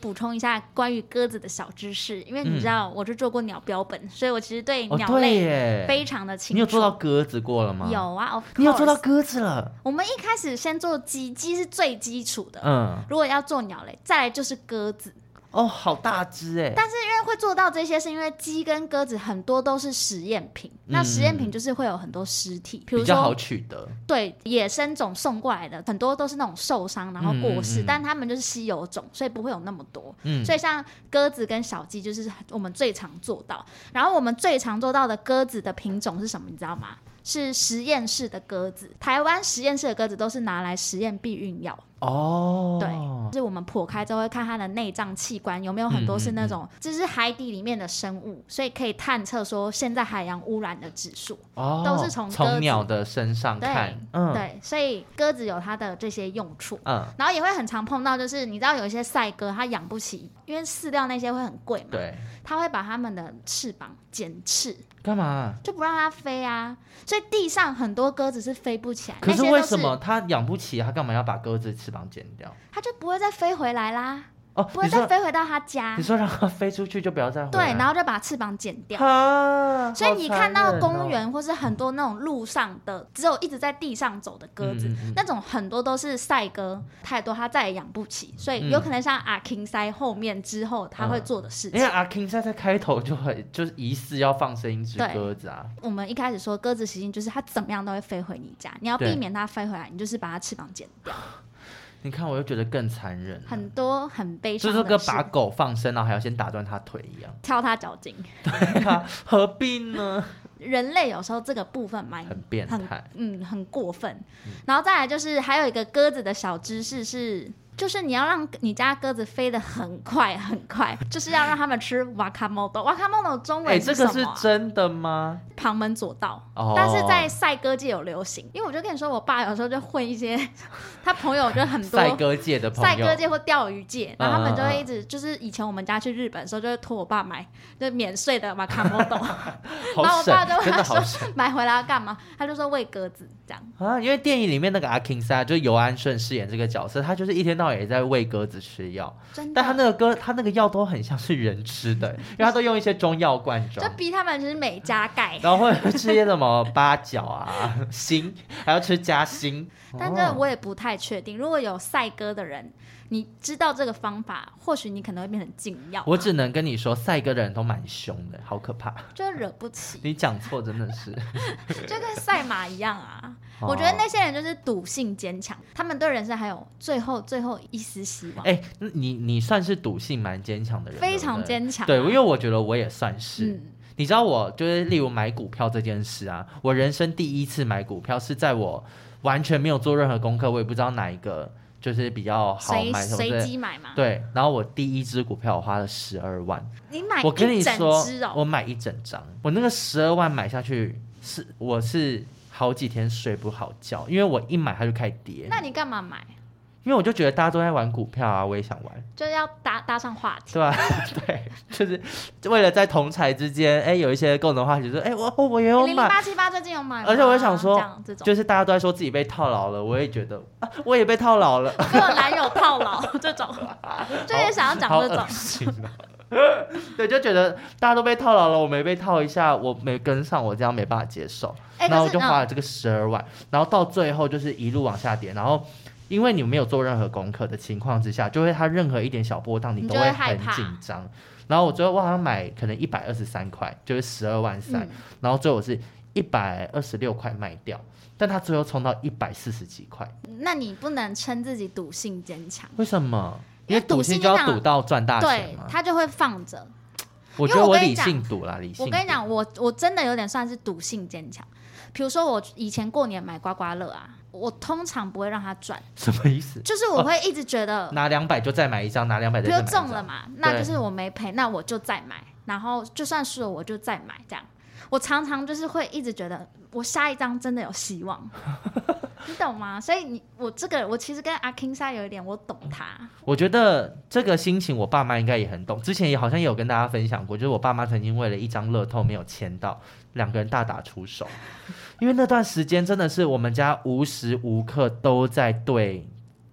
[SPEAKER 2] 补充一下关于鸽子的小知识，因为你知道我是做过鸟标本，所以我其实对
[SPEAKER 1] 哦，
[SPEAKER 2] 鸟
[SPEAKER 1] 对
[SPEAKER 2] 类
[SPEAKER 1] 耶，
[SPEAKER 2] 非常的清楚。
[SPEAKER 1] 你有做到鸽子过了吗？，
[SPEAKER 2] 有啊，of
[SPEAKER 1] 你有做到
[SPEAKER 2] course
[SPEAKER 1] 鸽子了。
[SPEAKER 2] 我们一开始先做鸡，鸡是最基础的。
[SPEAKER 1] 嗯，
[SPEAKER 2] 如果要做鸟类，再来就是鸽子。
[SPEAKER 1] 哦，好大只哎。
[SPEAKER 2] 但是因为会做到这些，是因为鸡跟鸽子很多都是实验品。那实验品就是会有很多尸体，比
[SPEAKER 1] 嗯比
[SPEAKER 2] 如
[SPEAKER 1] 较好
[SPEAKER 2] 说
[SPEAKER 1] 取得，
[SPEAKER 2] 对野生种送过来的，很多都是那种受伤然后过
[SPEAKER 1] 嗯
[SPEAKER 2] 世，
[SPEAKER 1] 嗯嗯
[SPEAKER 2] 但它们就是稀有种，所以不会有那么多。
[SPEAKER 1] 嗯，
[SPEAKER 2] 所以像鸽子跟小鸡就是我们最常做到。然后我们最常做到的鸽子的品种是什么？你知道吗？是实验室的鸽子。台湾实验室的鸽子都是拿来实验避孕药，
[SPEAKER 1] 哦，
[SPEAKER 2] 对，就是我们剖开之后会看它的内脏器官有没有很多是那
[SPEAKER 1] 嗯
[SPEAKER 2] 种，这是海底里面的生物，所以可以探测说现在海洋污染的指数。
[SPEAKER 1] 哦，
[SPEAKER 2] 都是从鸽
[SPEAKER 1] 从
[SPEAKER 2] 子
[SPEAKER 1] 鸟的身上
[SPEAKER 2] 对
[SPEAKER 1] 看，，嗯
[SPEAKER 2] 对，所以鸽子有它的这些用处。
[SPEAKER 1] 嗯，
[SPEAKER 2] 然后也会很常碰到，就是你知道有一些赛鸽，它养不起，因为饲料那些会很贵嘛。
[SPEAKER 1] 对，
[SPEAKER 2] 它会把它们的翅膀剪翅，
[SPEAKER 1] 干嘛？
[SPEAKER 2] 就不让它飞啊。所以地上很多鸽子是飞不起来，
[SPEAKER 1] 可
[SPEAKER 2] 那
[SPEAKER 1] 是
[SPEAKER 2] 些
[SPEAKER 1] 为
[SPEAKER 2] 都
[SPEAKER 1] 什么
[SPEAKER 2] 是
[SPEAKER 1] 它养不起？它干嘛要把鸽子翅膀剪掉？
[SPEAKER 2] 它就不会再飞回来啦，
[SPEAKER 1] 哦，
[SPEAKER 2] 不会
[SPEAKER 1] 你
[SPEAKER 2] 再
[SPEAKER 1] 说
[SPEAKER 2] 飞回到它家
[SPEAKER 1] 你。说让它飞出去就不要再回
[SPEAKER 2] 对
[SPEAKER 1] 来，，
[SPEAKER 2] 然后就把翅膀剪掉。
[SPEAKER 1] 啊，
[SPEAKER 2] 所以
[SPEAKER 1] 好
[SPEAKER 2] 你
[SPEAKER 1] 残
[SPEAKER 2] 看到
[SPEAKER 1] 忍
[SPEAKER 2] 公
[SPEAKER 1] 哦
[SPEAKER 2] 园或是很多那种路上的，只有一直在地上走的鸽子，
[SPEAKER 1] 嗯嗯嗯
[SPEAKER 2] 那种很多都是赛鸽，太多它再也养不起，所以
[SPEAKER 1] 嗯
[SPEAKER 2] 有可能像阿 King 塞后面之后他会
[SPEAKER 1] 嗯
[SPEAKER 2] 做的事情。
[SPEAKER 1] 因为阿 King 在在开头就很就是疑似要放生一只
[SPEAKER 2] 对
[SPEAKER 1] 鸽子啊，
[SPEAKER 2] 我们一开始说鸽子习性就是它怎么样都会飞回你家，你要
[SPEAKER 1] 对
[SPEAKER 2] 避免它飞回来，你就是把它翅膀剪掉。
[SPEAKER 1] 你看我又觉得更残忍了，
[SPEAKER 2] 很多很悲
[SPEAKER 1] 就
[SPEAKER 2] 伤
[SPEAKER 1] 是
[SPEAKER 2] 的
[SPEAKER 1] 跟
[SPEAKER 2] 事，
[SPEAKER 1] 把狗放生然后还要先打断它腿一样，
[SPEAKER 2] 挑它脚筋。
[SPEAKER 1] 对啊，何必呢？
[SPEAKER 2] 人类有时候这个部分蛮
[SPEAKER 1] 很变态嗯
[SPEAKER 2] 嗯，很过分。然后再来就是还有一个鸽子的小知识是，就是你要让你家鸽子飞得很快很快，就是要让他们吃 wakamoto。wakamoto 中
[SPEAKER 1] 哎、
[SPEAKER 2] 文
[SPEAKER 1] 这
[SPEAKER 2] 什
[SPEAKER 1] 个
[SPEAKER 2] 么
[SPEAKER 1] 是
[SPEAKER 2] 啊？
[SPEAKER 1] 真的吗？
[SPEAKER 2] 旁门左道。
[SPEAKER 1] 哦，
[SPEAKER 2] 但是在赛鸽界有流行，因为我就跟你说，我爸有时候就混一些，他朋友就很多
[SPEAKER 1] 赛鸽界的朋
[SPEAKER 2] 赛
[SPEAKER 1] 友
[SPEAKER 2] 鸽，界或钓鱼界，然后他
[SPEAKER 1] 嗯嗯
[SPEAKER 2] 们就会
[SPEAKER 1] 嗯
[SPEAKER 2] 一直就是以前我们家去日本的时候，就会托我爸买，就免税的马卡莫豆， 然后
[SPEAKER 1] 好
[SPEAKER 2] 我
[SPEAKER 1] 省
[SPEAKER 2] 爸就，问
[SPEAKER 1] 真的
[SPEAKER 2] 他
[SPEAKER 1] 好
[SPEAKER 2] 说
[SPEAKER 1] 省
[SPEAKER 2] 买回来要干嘛？他就说喂鸽子这样。
[SPEAKER 1] 啊！因为电影里面那个阿 King 萨就是尤安顺饰演这个角色，他就是一天到晚也在喂鸽子吃药，
[SPEAKER 2] 真
[SPEAKER 1] 但他
[SPEAKER 2] 的，
[SPEAKER 1] 那个鸽，他那个药都很像是人吃的，因为他都用一些中药罐装
[SPEAKER 2] 就。逼他们就是美加钙，
[SPEAKER 1] 然后或者吃些什么八角啊、 锌，还要吃哦夹锌。
[SPEAKER 2] 但这我也不太确定。如果有赛鸽的人，你知道这个方法，或许你可能会变成禁药吧，啊
[SPEAKER 1] 我只能跟你说，赛鸽的人都蛮凶的，好可怕！
[SPEAKER 2] 就惹不 起，
[SPEAKER 1] 你讲错真的是，
[SPEAKER 2] 就跟赛马一样啊。
[SPEAKER 1] 哦
[SPEAKER 2] 我觉得那些人就是赌性坚强，他们对人生还有最后最后一丝希望，
[SPEAKER 1] 哎、那你你算是赌性蛮坚强的人，
[SPEAKER 2] 非常
[SPEAKER 1] 对不
[SPEAKER 2] 坚强啊。
[SPEAKER 1] 对。对，因为我觉得我也算是。
[SPEAKER 2] 嗯，
[SPEAKER 1] 你知道我就是例如买股票这件事啊，我人生第一次买股票是在我完全没有做任何功课，我也不知道哪一个就是比较哦好
[SPEAKER 2] 随
[SPEAKER 1] 买什么之类
[SPEAKER 2] 随
[SPEAKER 1] 的。
[SPEAKER 2] 机买嘛。
[SPEAKER 1] 对，然后我第一只股票我花了十二万，
[SPEAKER 2] 你买
[SPEAKER 1] 我跟你
[SPEAKER 2] 一整
[SPEAKER 1] 说
[SPEAKER 2] 只，哦，
[SPEAKER 1] 我买一整张，我那个十二万买下去是我是好几天睡不好觉，因为我一买它就开始跌，
[SPEAKER 2] 那你干嘛买？
[SPEAKER 1] 因为我就觉得大家都在玩股票啊，我也想玩，
[SPEAKER 2] 就是要搭搭上话题。
[SPEAKER 1] 对吧？ 对，就是为了在同才之间，哎，有一些共同话题，说，哎，我我也有
[SPEAKER 2] 零零
[SPEAKER 1] 买。
[SPEAKER 2] 八七八最近有买吗，
[SPEAKER 1] 而且我就想说
[SPEAKER 2] 这样这种
[SPEAKER 1] 就是大家都在说自己被套牢了，我也觉得啊，我也被套牢了，
[SPEAKER 2] 跟我男友套牢这种，就也想要讲
[SPEAKER 1] 好
[SPEAKER 2] 这种
[SPEAKER 1] 恶。心啊！ 对，就觉得大家都被套牢了，我没被套一下，我没跟上，我这样没办法接受。
[SPEAKER 2] 哎，
[SPEAKER 1] 然后我
[SPEAKER 2] 可是
[SPEAKER 1] 就花
[SPEAKER 2] 嗯，
[SPEAKER 1] 了这个十二万，然后到最后就是一路往下跌，然后因为你没有做任何功课的情况之下，就会它任何一点小波荡，
[SPEAKER 2] 你
[SPEAKER 1] 都
[SPEAKER 2] 就会害
[SPEAKER 1] 很
[SPEAKER 2] 怕
[SPEAKER 1] 紧张。然后我最后我好像买可能一百二十三块，就是十二万三、
[SPEAKER 2] 嗯
[SPEAKER 1] 然后最后我是一百二十六块卖掉，但它最后冲到一百四十几块，
[SPEAKER 2] 嗯那你不能称自己赌性坚强，
[SPEAKER 1] 为什么？
[SPEAKER 2] 因为
[SPEAKER 1] 因为赌
[SPEAKER 2] 赌
[SPEAKER 1] 性
[SPEAKER 2] 性
[SPEAKER 1] 就要
[SPEAKER 2] 那
[SPEAKER 1] 赌到赚大钱
[SPEAKER 2] 对
[SPEAKER 1] 嘛。
[SPEAKER 2] 他就会放着。
[SPEAKER 1] 我
[SPEAKER 2] 因
[SPEAKER 1] 觉得
[SPEAKER 2] 为我跟
[SPEAKER 1] 理
[SPEAKER 2] 你讲
[SPEAKER 1] 性赌啦，理性。
[SPEAKER 2] 我跟你，讲，我我真的有点算是赌性坚强。比如说我以前过年买刮刮乐啊，我通常不会让它转，
[SPEAKER 1] 什么意思？
[SPEAKER 2] 就是我会一直觉得，
[SPEAKER 1] 拿两百就再买一张，拿两百
[SPEAKER 2] 呃比
[SPEAKER 1] 就
[SPEAKER 2] 如
[SPEAKER 1] 再买一
[SPEAKER 2] 中
[SPEAKER 1] 张。
[SPEAKER 2] 了嘛，那就是我没赔，那我就再买，然后就算输了我就再买，这样。我常常就是会一直觉得我下一张真的有希望， 你懂吗？所以你我这个我其实跟阿 King 莎有一点我懂他，
[SPEAKER 1] 我觉得这个心情，我爸妈应该也很懂。之前也好像也有跟大家分享过，就是我爸妈曾经为了一张乐透没有签到，两个人大打出手。因为那段时间真的是我们家无时无刻都在对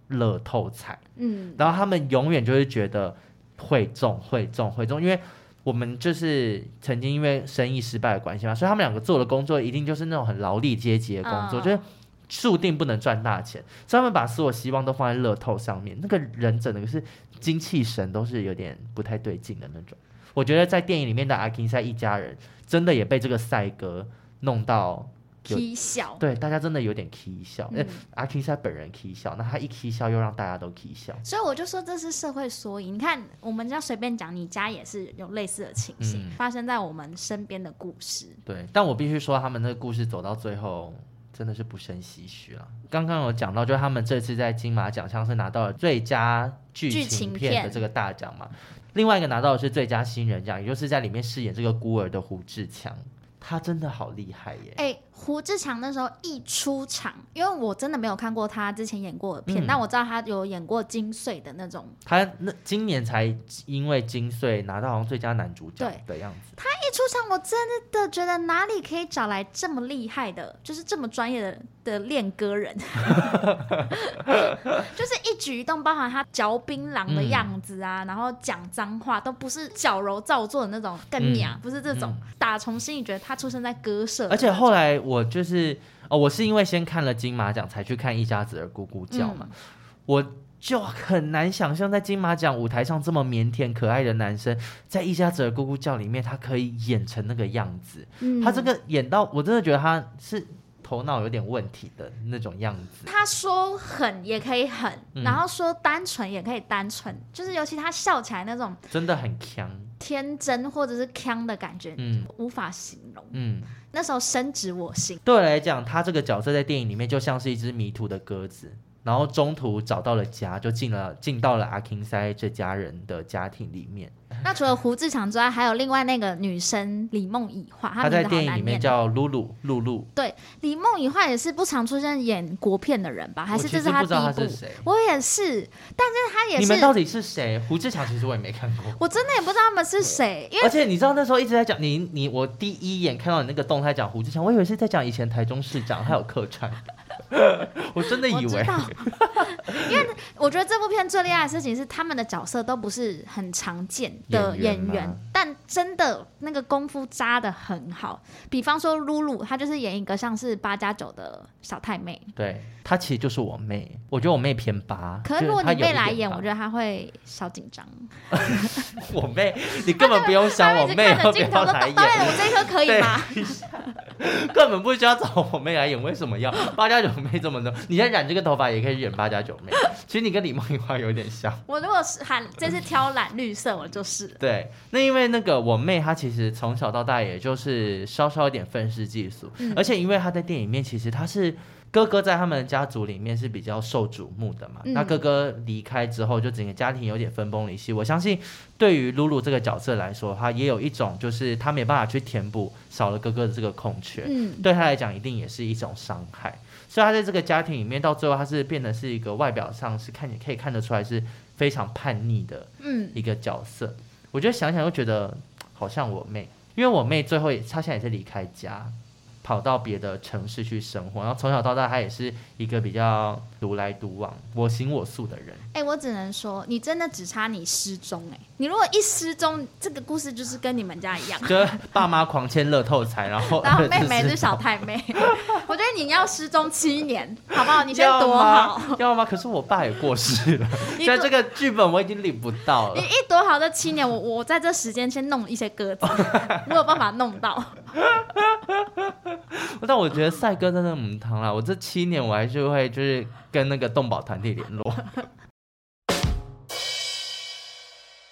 [SPEAKER 1] 乐透彩，
[SPEAKER 2] 嗯，
[SPEAKER 1] 然后他们永远就会觉得会中会中会中，因为我们就是曾经因为生意失败的关系嘛，所以他们两个做的工作一定就是那种很劳力阶级的工作，
[SPEAKER 2] 嗯
[SPEAKER 1] 就是注定不能赚大钱，所以他们把所有希望都放在乐透上面。那个人整个是精气神都是有点不太对劲的那种。我觉得在电影里面的阿 King 赛一家人真的也被这个赛格弄到，有
[SPEAKER 2] K 小，
[SPEAKER 1] 对大家真的有点 k 笑，哎、
[SPEAKER 2] 哦嗯
[SPEAKER 1] 阿 King 赛本人 k 笑，那他一 k 笑又让大家都 k 笑。
[SPEAKER 2] 所以我就说这是社会缩影。你看，我们这样随便讲，你家也是有类似的情形、
[SPEAKER 1] 嗯
[SPEAKER 2] 发生在我们身边的故事。
[SPEAKER 1] 对，但我必须说，他们那个故事走到最后，真的是不胜唏嘘了。刚刚有讲到，就是他们这次在金马奖上是拿到了最佳剧
[SPEAKER 2] 剧
[SPEAKER 1] 情
[SPEAKER 2] 情
[SPEAKER 1] 片的
[SPEAKER 2] 片
[SPEAKER 1] 这个大奖嘛，另外一个拿到的是最佳新人奖，也就是在里面饰演这个孤儿的胡志强，他真的好厉害耶！
[SPEAKER 2] 哎、胡志强那时候一出场，因为我真的没有看过他之前演过的片，
[SPEAKER 1] 嗯
[SPEAKER 2] 但我知道他有演过《金穗》的那种。
[SPEAKER 1] 他那今年才因为金穗拿到好像最佳男主角
[SPEAKER 2] 对
[SPEAKER 1] 的样子，
[SPEAKER 2] 他一出场，我真的觉得哪里可以找来这么厉害的，就是这么专业的的练歌人， 就是一举一动，包含他嚼槟榔的样子
[SPEAKER 1] 嗯
[SPEAKER 2] 啊，然后讲脏话，都不是矫揉造作的那种更娘，不是这种。打从心里觉得他出生在歌社，
[SPEAKER 1] 嗯而且后来我就是哦，我是因为先看了金马奖才去看一家子的咕咕叫嘛，我就很难想象在金马奖舞台上这么腼腆可爱的男生，在一家子的咕咕叫里面，他可以演成那个样子，
[SPEAKER 2] 嗯
[SPEAKER 1] 他这个演到我真的觉得他是头脑有点问题的那种样子。
[SPEAKER 2] 他说狠也可以狠，
[SPEAKER 1] 嗯
[SPEAKER 2] 然后说单纯也可以单纯，就是尤其他笑起来那种
[SPEAKER 1] 真的很强，
[SPEAKER 2] 天真或者是腔的感觉，
[SPEAKER 1] 嗯
[SPEAKER 2] 无法形容。
[SPEAKER 1] 嗯，
[SPEAKER 2] 那时候深植我心。
[SPEAKER 1] 对我来讲，他这个角色在电影里面就像是一只迷途的鸽子，然后中途找到了家，就进了进到了阿 King 塞这家人的家庭里面。
[SPEAKER 2] 那除了胡志强之外，还有另外那个女生李梦以化，
[SPEAKER 1] 他
[SPEAKER 2] 她名字
[SPEAKER 1] 在
[SPEAKER 2] 好
[SPEAKER 1] 电影
[SPEAKER 2] 难
[SPEAKER 1] 里面
[SPEAKER 2] 念哦
[SPEAKER 1] 叫露露露露，
[SPEAKER 2] 李梦以化也是不常出现演国片的人吧？还
[SPEAKER 1] 我
[SPEAKER 2] 是
[SPEAKER 1] 其
[SPEAKER 2] 这
[SPEAKER 1] 实
[SPEAKER 2] 她
[SPEAKER 1] 不
[SPEAKER 2] 第
[SPEAKER 1] 知道他
[SPEAKER 2] 一
[SPEAKER 1] 是
[SPEAKER 2] 部？
[SPEAKER 1] 谁。
[SPEAKER 2] 我也是，但是她也
[SPEAKER 1] 你们到
[SPEAKER 2] 是，
[SPEAKER 1] 底是谁？胡志强其实我也没看过。
[SPEAKER 2] 我真的也不知道他们是谁，因为
[SPEAKER 1] 而且你知道那时候一直在讲你你我第一眼看到你那个动态讲胡志强，我以为是在讲以前台中市长还有客串， 我真的
[SPEAKER 2] 我
[SPEAKER 1] 以
[SPEAKER 2] 知
[SPEAKER 1] 为
[SPEAKER 2] 道，因为我觉得这部片最厉害的事情是他们的角色都不是很常见的
[SPEAKER 1] 演员
[SPEAKER 2] 演
[SPEAKER 1] 吗
[SPEAKER 2] 员，但真的那个功夫扎的很好。比方说露露，她就是演一个像是八加九的小太妹，
[SPEAKER 1] 对她其实就是我妹，我觉得我妹偏八，
[SPEAKER 2] 可是
[SPEAKER 1] 就
[SPEAKER 2] 如果
[SPEAKER 1] 她
[SPEAKER 2] 你
[SPEAKER 1] 有一
[SPEAKER 2] 妹来
[SPEAKER 1] 点
[SPEAKER 2] 演，
[SPEAKER 1] 八
[SPEAKER 2] 我觉得她会小紧张，
[SPEAKER 1] 我妹，你根本不用想我
[SPEAKER 2] 她会一
[SPEAKER 1] 妹
[SPEAKER 2] 直看
[SPEAKER 1] 要
[SPEAKER 2] 着
[SPEAKER 1] 不要
[SPEAKER 2] 镜头都
[SPEAKER 1] 来
[SPEAKER 2] 导导
[SPEAKER 1] 演，
[SPEAKER 2] 演，我这一颗可以吗？
[SPEAKER 1] 根本不需要找我妹来演，为什么要八加九妹这么多？你现在染这个头发也可以染八加九妹，其实你跟李梦花有点 像。
[SPEAKER 2] 我如果是喊这次挑染绿色，我就是了
[SPEAKER 1] 对，那因为那个我妹她其实从小到大也就是稍稍有点愤世嫉俗，
[SPEAKER 2] 嗯
[SPEAKER 1] 而且因为她在电影里面其实她是哥哥在他们家族里面是比较受瞩目的嘛，
[SPEAKER 2] 嗯
[SPEAKER 1] 那哥哥离开之后，就整个家庭有点分崩离析。我相信对于露露这个角色来说，她也有一种就是她没办法去填补少了哥哥的这个空缺，
[SPEAKER 2] 嗯，
[SPEAKER 1] 对他来讲一定也是一种伤害。所以他在这个家庭里面，到最后他是变得是一个外表上是看你可以看得出来是非常叛逆的
[SPEAKER 2] 嗯，
[SPEAKER 1] 一个角色。我觉得想想又觉得好像我妹，因为我妹最后也她现在也是离开家，跑到别的城市去生活，然后从小到大她也是一个比较独来独往、我行我素的人。。
[SPEAKER 2] 哎、我只能说，你真的只差你失踪哎、你如果一失踪，这个故事就是跟你们家 一样
[SPEAKER 1] 就是爸妈狂签乐透彩，然后
[SPEAKER 2] 然后
[SPEAKER 1] 儿子
[SPEAKER 2] 妹妹是
[SPEAKER 1] 知
[SPEAKER 2] 小
[SPEAKER 1] 道
[SPEAKER 2] 太妹，我觉得你要失踪七年，好不好？你先
[SPEAKER 1] 要
[SPEAKER 2] 躲
[SPEAKER 1] 吗
[SPEAKER 2] 好，
[SPEAKER 1] 要吗？可是我爸也过世了，
[SPEAKER 2] 你
[SPEAKER 1] 所以
[SPEAKER 2] 躲
[SPEAKER 1] 这个剧本我已经领不到了
[SPEAKER 2] 你。一躲好这七年，我我在这时间先弄一些鸽 子，我有办法弄到。
[SPEAKER 1] 但我觉得赛哥真的母汤啦，我这七年我还是会就是跟那个动保团体联络。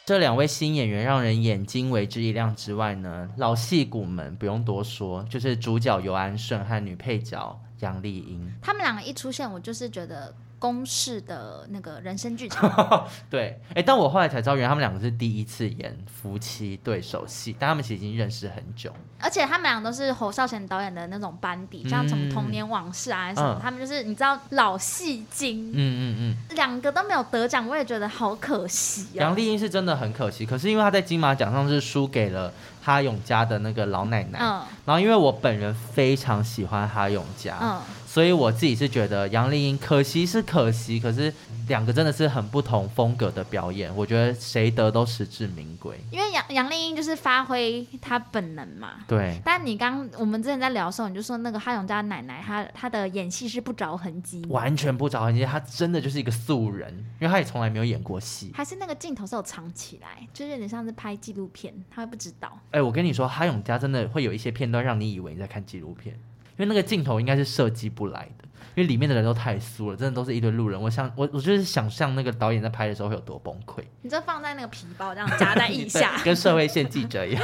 [SPEAKER 1] 这两位新演员让人眼睛为之一亮之外呢，老戏骨们不用多说，就是主角尤安顺和女配角杨丽英。
[SPEAKER 2] 他们两个一出现，我就是觉得公式的那个人生剧场，
[SPEAKER 1] 对，哎，但我后来才知道，原来他们两个是第一次演夫妻对手戏，但他们其实已经认识很久。
[SPEAKER 2] 而且他们俩都是侯孝贤导演的那种班底，像什么童年往事啊还是什么，
[SPEAKER 1] 嗯
[SPEAKER 2] 他们就是你知道老戏精，
[SPEAKER 1] 嗯嗯嗯。
[SPEAKER 2] 两个都没有得奖，我也觉得好可惜啊。
[SPEAKER 1] 杨丽英是真的很可惜，可是因为她在金马奖上是输给了哈永家的那个老奶奶，
[SPEAKER 2] 嗯
[SPEAKER 1] 然后因为我本人非常喜欢哈永家，
[SPEAKER 2] 嗯，
[SPEAKER 1] 所以我自己是觉得杨丽英可惜是可惜，可是两个真的是很不同风格的表演，我觉得谁得都实至名归。
[SPEAKER 2] 因为杨杨丽英就是发挥她本能嘛。
[SPEAKER 1] 对，
[SPEAKER 2] 但你刚我们之前在聊的时候，你就说那个哈永家奶奶，她她的演戏是不着痕迹，
[SPEAKER 1] 完全不着痕迹，她真的就是一个素人，因为她也从来没有演过戏。
[SPEAKER 2] 还是那个镜头是有藏起来，就是有点像是拍纪录片，她会不知道。
[SPEAKER 1] 哎，我跟你说，哈永家真的会有一些片段让你以为你在看纪录片，因为那个镜头应该是设计不来的，因为里面的人都太素了，真的都是一堆路人。我想，我我就是想象那个导演在拍的时候会有多崩溃。
[SPEAKER 2] 你这放在那个皮包这样夹在腋下，
[SPEAKER 1] 对跟社会线记者一 样，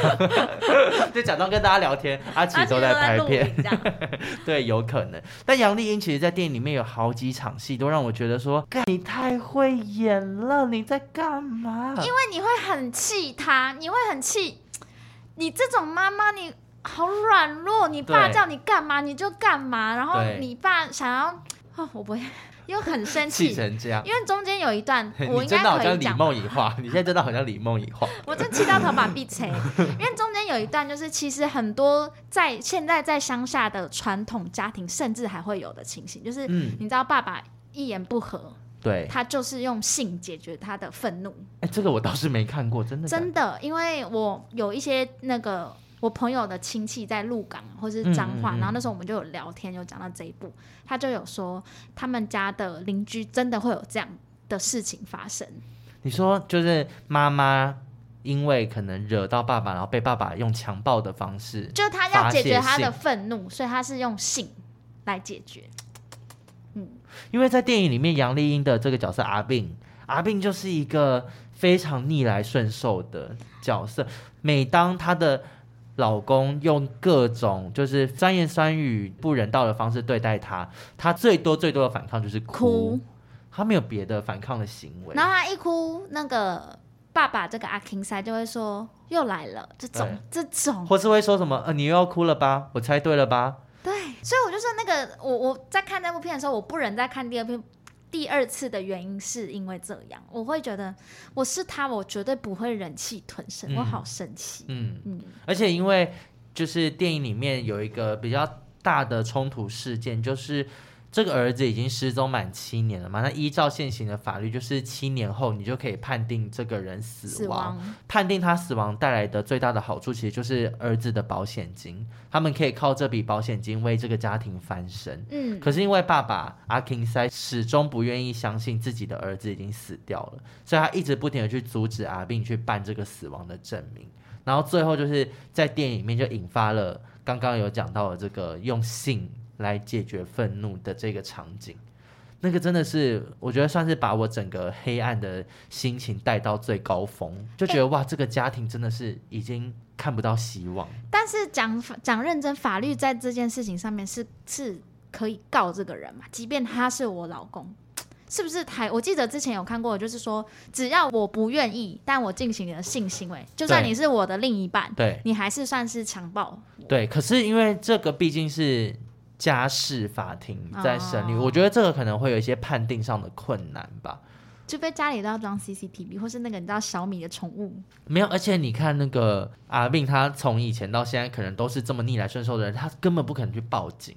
[SPEAKER 1] 就假装跟大家聊天，阿奇
[SPEAKER 2] 然后
[SPEAKER 1] 都
[SPEAKER 2] 就
[SPEAKER 1] 在
[SPEAKER 2] 在
[SPEAKER 1] 拍
[SPEAKER 2] 录
[SPEAKER 1] 片，
[SPEAKER 2] 影这样。
[SPEAKER 1] 对，有可能。但杨丽英其实，在电影里面有好几场戏，都让我觉得说，干你太会演了，你在干嘛？
[SPEAKER 2] 因为你会很气他，你会很气你这种妈妈，你好软弱，你爸
[SPEAKER 1] 对
[SPEAKER 2] 叫你干嘛你就干嘛，然后
[SPEAKER 1] 对
[SPEAKER 2] 你爸想要，哦，我不会，又很生
[SPEAKER 1] 气
[SPEAKER 2] 气，
[SPEAKER 1] 成这样。
[SPEAKER 2] 因为中间有一段我
[SPEAKER 1] 你
[SPEAKER 2] 应
[SPEAKER 1] 真
[SPEAKER 2] 该
[SPEAKER 1] 的好
[SPEAKER 2] 可以
[SPEAKER 1] 像李
[SPEAKER 2] 讲。
[SPEAKER 1] 梦以化，你现在真的好像李梦以 化。
[SPEAKER 2] 我真气到头发必 垂，因为中间有一段就是，其实很多在现在在乡下的传统家庭，甚至还会有的情形，就是
[SPEAKER 1] 嗯，
[SPEAKER 2] 你知道爸爸一言不合，
[SPEAKER 1] 对，
[SPEAKER 2] 他就是用性解决他的愤怒，
[SPEAKER 1] 哎，这个我倒是没看过，真的假的。
[SPEAKER 2] 真的，因为我有一些那个我朋友的亲戚在鹿港或是彰化，
[SPEAKER 1] 嗯嗯嗯
[SPEAKER 2] 然后那时候我们就有聊天，有讲到这一步，他就有说他们家的邻居真的会有这样的事情发生，
[SPEAKER 1] 你说就是妈妈因为可能惹到爸爸，然后被爸爸用强暴的方式，
[SPEAKER 2] 就是他要解决他的愤怒，所以他是用性来解决。
[SPEAKER 1] 因为在电影里面，杨丽英的这个角色阿病，阿病就是一个非常逆来顺受的角色。每当她的老公用各种就是酸言酸语、不人道的方式对待她，她最多最多的反抗就是哭。
[SPEAKER 2] 哭
[SPEAKER 1] 他没有别的反抗的行为
[SPEAKER 2] 然。后他一哭，那个爸爸这个阿 King 塞就会说又来了，这种这种，
[SPEAKER 1] 或是会说什么？呃，你又要哭了吧？我猜对了吧？
[SPEAKER 2] 对，所以我就说那个我我在看那部片的时候，我不忍再看第二遍。第二次的原因是因为这样，我会觉得我是他，我绝对不会忍气吞声，
[SPEAKER 1] 嗯
[SPEAKER 2] 我好生气。
[SPEAKER 1] 嗯，
[SPEAKER 2] 嗯，
[SPEAKER 1] 而且因为就是电影里面有一个比较大的冲突事件，就是这个儿子已经失踪满七年了嘛，那依照现行的法律，就是七年后你就可以判定这个人
[SPEAKER 2] 死亡，
[SPEAKER 1] 判定他死亡带来的最大的好处，其实就是儿子的保险金，他们可以靠这笔保险金为这个家庭翻身。
[SPEAKER 2] 嗯，
[SPEAKER 1] 可是因为爸爸阿 King 塞始终不愿意相信自己的儿子已经死掉了，所以他一直不停的去阻止阿病去办这个死亡的证明，然后最后就是在电影里面就引发了刚刚有讲到的这个用性来解决愤怒的这个场景。那个真的是，我觉得算是把我整个黑暗的心情带到最高峰，就觉得、哇，这个家庭真的是已经看不到希望。
[SPEAKER 2] 但是讲讲认真，法律在这件事情上面是是可以告这个人嘛？即便他是我老公，是不是台？我记得之前有看过，就是说只要我不愿意，但我进行了性行为，就算
[SPEAKER 1] 对
[SPEAKER 2] 你是我的另一半，
[SPEAKER 1] 对，
[SPEAKER 2] 你还是算是强暴。
[SPEAKER 1] 对，可是因为这个毕竟是家事法庭在审理，
[SPEAKER 2] 哦
[SPEAKER 1] 我觉得这个可能会有一些判定上的困难吧。
[SPEAKER 2] 除非家里都要装 CCTV，或是那个你知道小米的宠物，
[SPEAKER 1] 没有，而且你看那个阿病，他从以前到现在可能都是这么逆来顺受的人，他根本不可能去报警。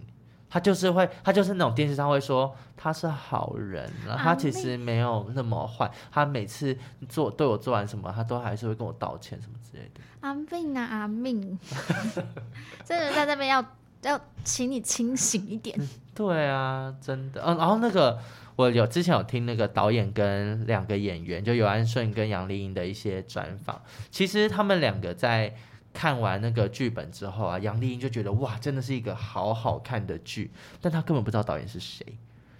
[SPEAKER 1] 他就是会，他就是那种电视上会说他是好人了、
[SPEAKER 2] 阿
[SPEAKER 1] 他其实没有那么坏，他每次做对我做完什么，他都还是会跟我道歉什么之类的。
[SPEAKER 2] 阿命啊阿命， 真的在这边要要请你清醒一点。
[SPEAKER 1] 对啊，真的，嗯，然后那个我有之前有听那个导演跟两个演员，就尤安顺跟杨丽英的一些专访，其实他们两个在看完那个剧本之后啊，杨丽英就觉得哇，真的是一个好好看的剧，但她根本不知道导演是谁，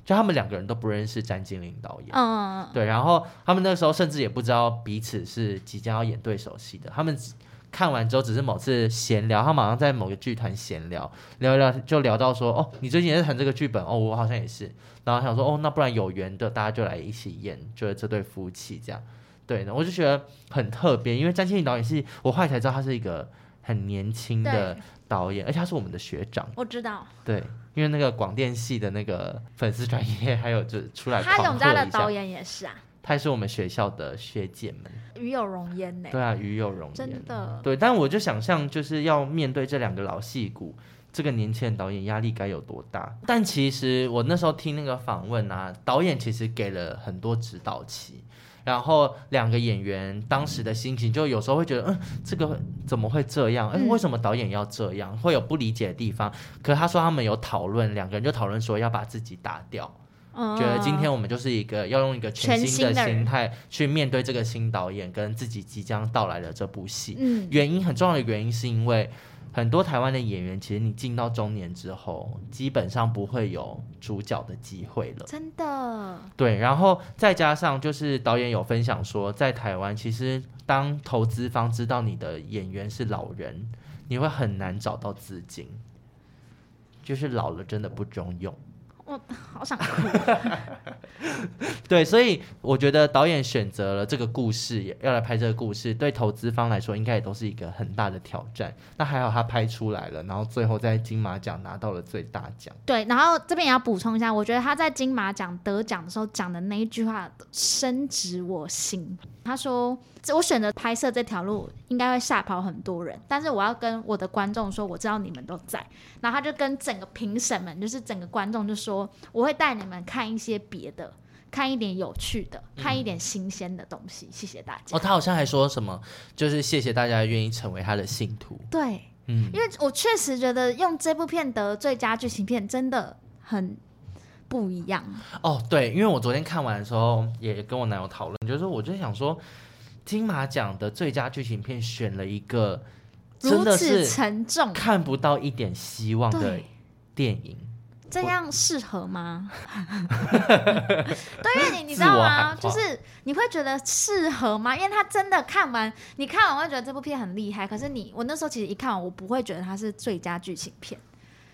[SPEAKER 1] 就他们两个人都不认识詹金玲导演。
[SPEAKER 2] 嗯，
[SPEAKER 1] 对，然后他们那时候甚至也不知道彼此是即将要演对手戏的，他们只看完之后只是某次闲聊，他马上在某个剧团闲聊，聊一聊就聊到说，哦，你最近也在谈这个剧本，哦，我好像也是，然后想说，哦，那不然有缘的大家就来一起演，就是这对夫妻这样，对，我就觉得很特别，因为詹青林导演是我后来才知道他是一个很年轻的
[SPEAKER 2] 对
[SPEAKER 1] 导演，而且他是我们的学长，
[SPEAKER 2] 我知道。
[SPEAKER 1] 对。因为那个广电系的那个粉丝专业，还有就出来
[SPEAKER 2] 哈
[SPEAKER 1] 狂
[SPEAKER 2] 永家
[SPEAKER 1] 贺
[SPEAKER 2] 的
[SPEAKER 1] 一下
[SPEAKER 2] 导演也是啊。
[SPEAKER 1] 她也是我们学校的学姐们，
[SPEAKER 2] 与有容焉呢、
[SPEAKER 1] 对啊，与有容颜
[SPEAKER 2] 真。的。
[SPEAKER 1] 对，但我就想象就是要面对这两个老戏骨，这个年轻人导演压力该有多大？但其实我那时候听那个访问啊，导演其实给了很多指导期，然后两个演员当时的心情，就有时候会觉得，嗯，这个怎么会这样？哎，
[SPEAKER 2] 嗯
[SPEAKER 1] 为什么导演要这样？会有不理解的地方。可他说他们有讨论，两个人就讨论说要把自己打掉。
[SPEAKER 2] 嗯
[SPEAKER 1] 觉得今天我们就是一个要用一个全
[SPEAKER 2] 全
[SPEAKER 1] 新
[SPEAKER 2] 新的
[SPEAKER 1] 的
[SPEAKER 2] 人
[SPEAKER 1] 心态去面对这个新导演跟自己即将到来的这部戏。
[SPEAKER 2] 嗯，
[SPEAKER 1] 原因很重要的原因是因为很多台湾的演员，其实你进到中年之后，基本上不会有主角的机会了。
[SPEAKER 2] 真的，
[SPEAKER 1] 对，然后再加上就是导演有分享说，在台湾其实当投资方知道你的演员是老人，你会很难找到资金，就是老了真的不中用。
[SPEAKER 2] 我好想哭。
[SPEAKER 1] 对，所以我觉得导演选择了这个故事，要来拍这个故事，对投资方来说应该也都是一个很大的挑战。那还好他拍出来了，然后最后在金马奖拿到了最大奖。
[SPEAKER 2] 对，然后这边也要补充一下，我觉得他在金马奖得奖的时候讲的那一句话深植我心。他说：“这我选择拍摄这条路，应该会吓跑很多人，但是我要跟我的观众说，我知道你们都在。”然后他就跟整个评审们，就是整个观众就说：“我会带你们看一些别的，看一点有趣的，看一点新鲜的东西。谢谢大家。
[SPEAKER 1] 哦，他好像还说什么，就是谢谢大家愿意成为他的信徒。
[SPEAKER 2] 对，
[SPEAKER 1] 嗯，
[SPEAKER 2] 因为我确实觉得用这部片得最佳剧情片真的很不一样。
[SPEAKER 1] 哦，对，因为我昨天看完的时候也跟我男友讨论，就是我就想说，金马奖的最佳剧情片选了一个真
[SPEAKER 2] 如
[SPEAKER 1] 的
[SPEAKER 2] 此
[SPEAKER 1] 是
[SPEAKER 2] 沉重，
[SPEAKER 1] 看不到一点希望的
[SPEAKER 2] 对
[SPEAKER 1] 电影。
[SPEAKER 2] 这样适 合吗？对，因为你你知
[SPEAKER 1] 自
[SPEAKER 2] 道
[SPEAKER 1] 我
[SPEAKER 2] 吗？
[SPEAKER 1] 喊话
[SPEAKER 2] 就是你会觉得适合吗？因为他真的看完，你看完会觉得这部片很厉害，可是你我那时候其实一看完，我不会觉得它是最佳剧情片。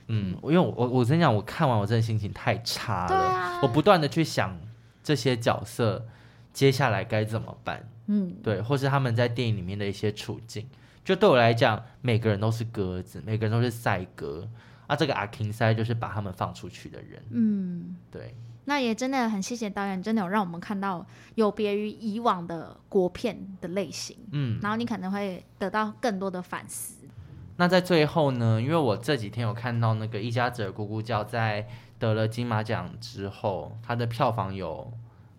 [SPEAKER 1] 嗯，因为我我我真讲，我看完我真的心情太差
[SPEAKER 2] 对
[SPEAKER 1] 了，
[SPEAKER 2] 啊
[SPEAKER 1] 我不断的去想这些角色接下来该怎么办，
[SPEAKER 3] 嗯，
[SPEAKER 1] 对，或是他们在电影里面的一些处境。就对我来讲，每个人都是鸽子，每个人都是赛鸽啊。这个阿 king 赛就是把他们放出去的人，
[SPEAKER 2] 嗯，
[SPEAKER 1] 对，
[SPEAKER 2] 那也真的很谢谢导演，真的有让我们看到有别于以往的国片的类型，
[SPEAKER 1] 嗯。
[SPEAKER 2] 然后你可能会得到更多的反思。
[SPEAKER 1] 那在最后呢，因为我这几天有看到那个《一家子的咕咕叫》在得了金马奖之后，它的票房有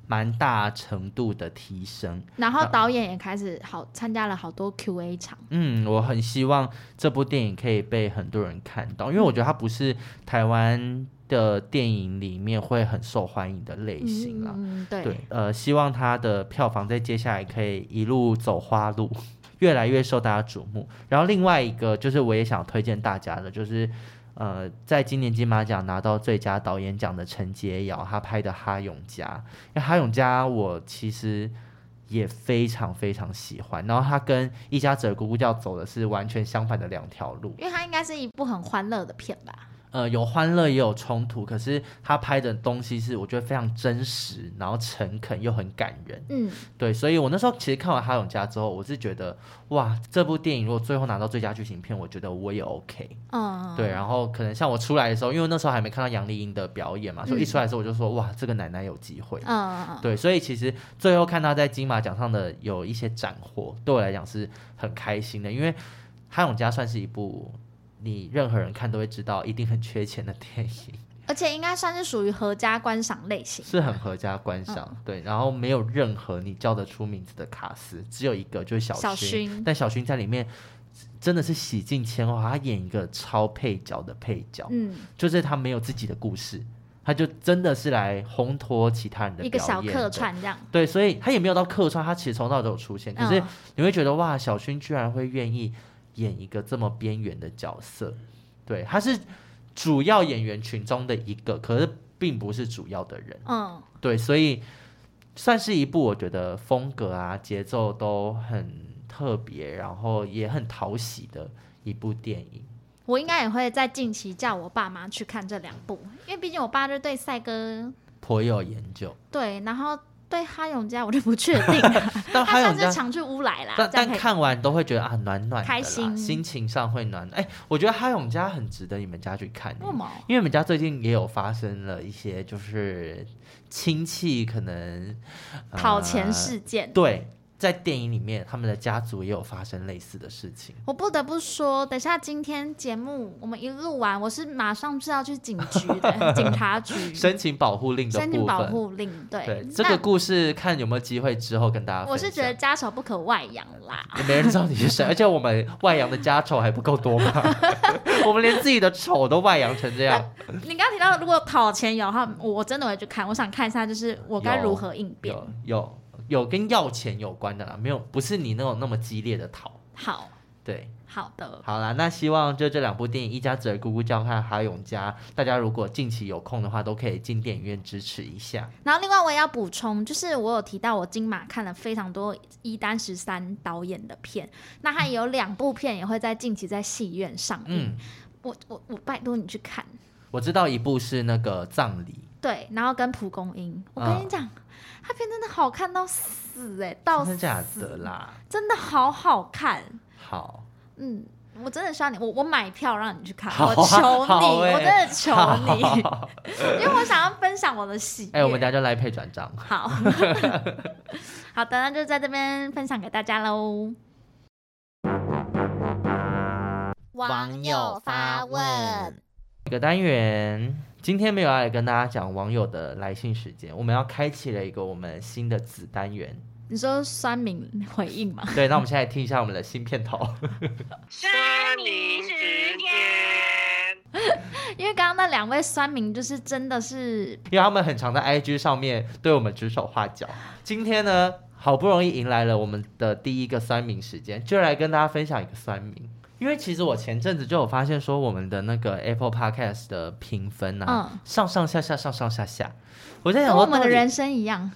[SPEAKER 1] 蛮大程度的提升。
[SPEAKER 2] 然后
[SPEAKER 1] 那
[SPEAKER 2] 导演也开始好参加了好多 Q&A 场，
[SPEAKER 1] 嗯，我很希望这部电影可以被很多人看到，因为我觉得它不是台湾的电影里面会很受欢迎的类型啦。
[SPEAKER 2] 嗯，对，
[SPEAKER 1] 对，呃，希望它的票房在接下来可以一路走花路，越来越受大家瞩目。然后另外一个就是我也想推荐大家的，就是呃，在今年金马奖拿到最佳导演奖的陈洁瑶，她拍的《哈永家》，因为《哈永家》我其实。也非常非常喜欢，然后她跟《一家子的咕咕叫》走的是完全相反的两条路，
[SPEAKER 2] 因为它应该是一部很欢乐的片吧？
[SPEAKER 1] 呃，有欢乐也有冲突，可是她拍的东西是我觉得非常真实，然后诚恳又很感人。
[SPEAKER 2] 嗯，
[SPEAKER 1] 对，所以我那时候其实看完《哈永家》之后，我是觉得，哇，这部电影如果最后拿到最佳剧情片，我觉得我也 OK。
[SPEAKER 2] 嗯，
[SPEAKER 1] 对，然后可能像我出来的时候，因为那时候还没看到杨丽英的表演嘛，所以一出来的时候我就说，哇，这个奶奶有机会。
[SPEAKER 2] 嗯，
[SPEAKER 1] 对，所以其实最后看她在金马奖上的有一些斩获，对我来讲是很开心的，因为《哈永家》算是一部你任何人看都会知道一定很缺钱的电影。
[SPEAKER 2] 而且应该算是属于合家观赏类型。
[SPEAKER 1] 是很合家观赏，对，然后没有任何你叫得出名字的卡司，只有一个就是小
[SPEAKER 2] 小
[SPEAKER 1] 薰，
[SPEAKER 2] 薰
[SPEAKER 1] 但小薰在里面真的是洗尽千华，他演一个超配角的配角，
[SPEAKER 2] 嗯，
[SPEAKER 1] 就是他没有自己的故事，他就真的是来烘托其他人的
[SPEAKER 2] 一个
[SPEAKER 1] 表
[SPEAKER 2] 小
[SPEAKER 1] 演
[SPEAKER 2] 客
[SPEAKER 1] 的。
[SPEAKER 2] 串这样。
[SPEAKER 1] 对，所以他也没有到客串，他其实从头到尾都有出现，可是
[SPEAKER 2] 嗯
[SPEAKER 1] 你会觉得哇，小薰居然会愿意演一个这么边缘的角色，对，他是主要演员群中的一个，可是并不是主要的人。
[SPEAKER 2] 嗯，
[SPEAKER 1] 对，所以算是一部我觉得风格啊、节奏都很特别，然后也很讨喜的一部电影。
[SPEAKER 2] 我应该也会在近期叫我爸妈去看这两部，因为毕竟我爸就对赛哥
[SPEAKER 1] 颇有研究，
[SPEAKER 2] 对，然后对哈永家我就不确 定了。
[SPEAKER 1] 但
[SPEAKER 2] 他
[SPEAKER 1] 还有这
[SPEAKER 2] 上啊次
[SPEAKER 1] 样，
[SPEAKER 2] 常去乌来啦，
[SPEAKER 1] 但
[SPEAKER 2] 这样
[SPEAKER 1] 但
[SPEAKER 2] 可以
[SPEAKER 1] 看完都会觉得啊，暖暖的啦
[SPEAKER 2] 开心
[SPEAKER 1] 心情上会暖暖。哎，我觉得哈永家很值得你们家去看、
[SPEAKER 2] 为什么？
[SPEAKER 1] 因为我们家最近也有发生了一些，就是亲戚可能
[SPEAKER 2] 讨钱
[SPEAKER 1] 呃
[SPEAKER 2] 事件。
[SPEAKER 1] 对，在电影里面他们的家族也有发生类似的事情。
[SPEAKER 2] 我不得不说，等下今天节目我们一录完，我是马上是要去警局 的警察局
[SPEAKER 1] 申请保护令的
[SPEAKER 2] 申
[SPEAKER 1] 部
[SPEAKER 2] 请
[SPEAKER 1] 分，
[SPEAKER 2] 保护令。对，
[SPEAKER 1] 对
[SPEAKER 2] 那
[SPEAKER 1] 这个故事，看有没有机会之后跟大家分享。
[SPEAKER 2] 我是觉得家丑不可外扬啦。
[SPEAKER 1] 也没人知道 你是谁，而且我们外扬的家丑还不够多吗？ 我们连自己的丑都外扬成这样。
[SPEAKER 2] 你刚刚提到，如果讨钱有的话，我我真的会去看，我想看一下，就是我该如何应变。
[SPEAKER 1] 有有有跟要钱有关的啦，没有不是你那种那么激烈的讨。
[SPEAKER 2] 好
[SPEAKER 1] 对，
[SPEAKER 2] 好的，
[SPEAKER 1] 好啦，那希望就这两部电影《一家子的咕咕叫》和《哈永家》，大家如果近期有空的话，都可以进电影院支持一下。
[SPEAKER 2] 然后另外我也要补充，就是我有提到我金马看了非常多一丹十三导演的片，那他有两部片也会在近期在戏院上映，
[SPEAKER 1] 嗯，
[SPEAKER 2] 我我我拜托你去看，
[SPEAKER 1] 我知道一部是那个葬礼，
[SPEAKER 2] 对，然后跟蒲公英，我跟
[SPEAKER 1] 啊
[SPEAKER 2] 你讲，他片真的好看到死哎、到
[SPEAKER 1] 真
[SPEAKER 2] 死
[SPEAKER 1] 的假的啦？
[SPEAKER 2] 真的好好看，
[SPEAKER 1] 好。
[SPEAKER 2] 嗯。我真的需要你，我我买票让你去看，
[SPEAKER 1] 好啊
[SPEAKER 2] 我求你，
[SPEAKER 1] 好欸
[SPEAKER 2] 我真的求你，
[SPEAKER 1] 好啊
[SPEAKER 2] 因为我想要分享我的喜悦。
[SPEAKER 1] 哎、我们等下就来配转账。
[SPEAKER 2] 好， 好的，那就在这边分享给大家喽。
[SPEAKER 3] 网友发问，
[SPEAKER 1] 这个单元今天没有要来跟大家讲网友的来信时间，我们要开启了一个我们新的子单元。
[SPEAKER 2] 你说酸民回应吗？
[SPEAKER 1] 对，那我们现在听一下我们的新片头。
[SPEAKER 4] 山明时间，
[SPEAKER 2] 因为刚刚那两位酸民就是真的是，
[SPEAKER 1] 因为他们很常在 IG 上面对我们指手画脚。今天呢，好不容易迎来了我们的第一个酸民时间，就来跟大家分享一个酸民。因为其实我前阵子就有发现说，我们的那个 Apple Podcast 的评分啊，
[SPEAKER 2] 嗯
[SPEAKER 1] 上上下下上上下下，我在想
[SPEAKER 2] 跟
[SPEAKER 1] 说
[SPEAKER 2] 我们
[SPEAKER 1] 到
[SPEAKER 2] 的
[SPEAKER 1] 底
[SPEAKER 2] 人生一样，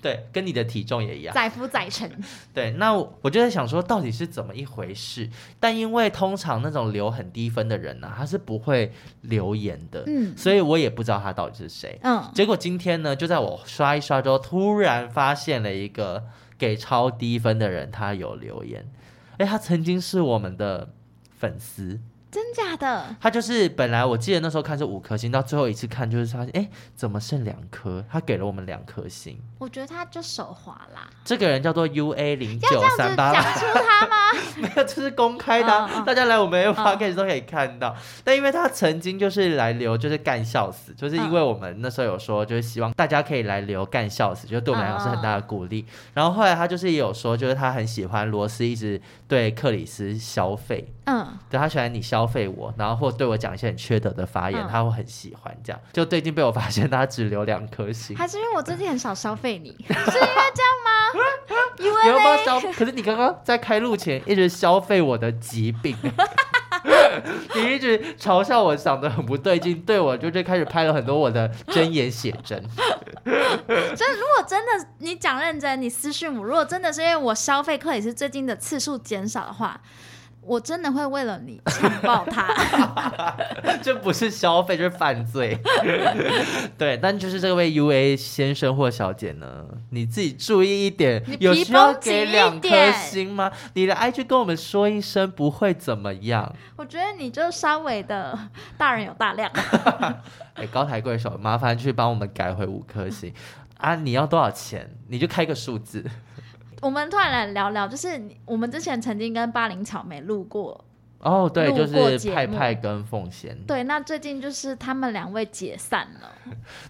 [SPEAKER 1] 对，跟你的体重也一样。
[SPEAKER 2] 载浮载沉。
[SPEAKER 1] 对，那我我就在想说，到底是怎么一回事？但因为通常那种留很低分的人呢、啊他是不会留言的，
[SPEAKER 2] 嗯
[SPEAKER 1] 所以我也不知道他到底是谁。
[SPEAKER 2] 嗯，
[SPEAKER 1] 结果今天呢，就在我刷一刷之后，突然发现了一个给超低分的人，他有留言。哎，他曾经是我们的粉丝，
[SPEAKER 2] 真假的？
[SPEAKER 1] 他就是本来我记得那时候看是五颗星，到最后一次看就是发现，哎，怎么剩两颗？他给了我们两颗星。
[SPEAKER 2] 我觉得他就手滑啦，
[SPEAKER 1] 这个人叫做 U A 零
[SPEAKER 2] 要这
[SPEAKER 1] 九
[SPEAKER 2] 样
[SPEAKER 1] 三
[SPEAKER 2] 子
[SPEAKER 1] 八
[SPEAKER 2] 讲出他 吗？
[SPEAKER 1] 没有，这是公开的啊、
[SPEAKER 2] 嗯嗯
[SPEAKER 1] 大家来我们 A
[SPEAKER 2] 嗯
[SPEAKER 1] podcast 都可以看到。但因为他曾经就是来留，就是干笑死，就是
[SPEAKER 2] 嗯
[SPEAKER 1] 因为我们那时候有说，就是希望大家可以来留干笑死，就对我们来讲是很大的鼓
[SPEAKER 2] 嗯
[SPEAKER 1] 励。然后后来他就是也有说，就是他很喜欢罗斯一直对克里斯消费，
[SPEAKER 2] 嗯，
[SPEAKER 1] 对他喜欢你消费我，然后或对我讲一些很缺德的发言，
[SPEAKER 2] 嗯
[SPEAKER 1] 他会很喜欢这样。就最近被我发现他只留两颗星。
[SPEAKER 2] 还是因为我最近很少消费你，是因为这样吗？因
[SPEAKER 1] 你
[SPEAKER 2] 为
[SPEAKER 1] 要不
[SPEAKER 2] 嘞
[SPEAKER 1] 要消？可是你刚刚在开录前一直消费我的疾 病，你一直嘲笑我长得很不对劲，对我就是开始拍了很多我的真言写 真。
[SPEAKER 2] 真如果真的你讲认真，你私讯我，如果真的是因为我消费克里斯最近的次数减少的话，我真的会为了你强 暴他。
[SPEAKER 1] 这不是消费，这是犯 罪。对，但就是这位 U A 先生或小姐呢，你自己注意一点
[SPEAKER 2] 你，皮
[SPEAKER 1] 有需要
[SPEAKER 2] 绷紧
[SPEAKER 1] 给
[SPEAKER 2] 一
[SPEAKER 1] 两颗
[SPEAKER 2] 点
[SPEAKER 1] 星吗？你的 I G 跟我们说一声，不会怎么样。
[SPEAKER 2] 我觉得你就稍微的大人有大量，
[SPEAKER 1] 哎、高抬贵手，麻烦去帮我们改回五颗星啊！你要多少钱？你就开个数字。
[SPEAKER 2] 我们突然来聊聊，就是你我们之前曾经跟巴林草莓录过，
[SPEAKER 1] 哦，对，
[SPEAKER 2] 路
[SPEAKER 1] 就
[SPEAKER 2] 过
[SPEAKER 1] 是
[SPEAKER 2] 节
[SPEAKER 1] 派
[SPEAKER 2] 目
[SPEAKER 1] 派跟凤仙。
[SPEAKER 2] 对，那最近就是他们两位解散了。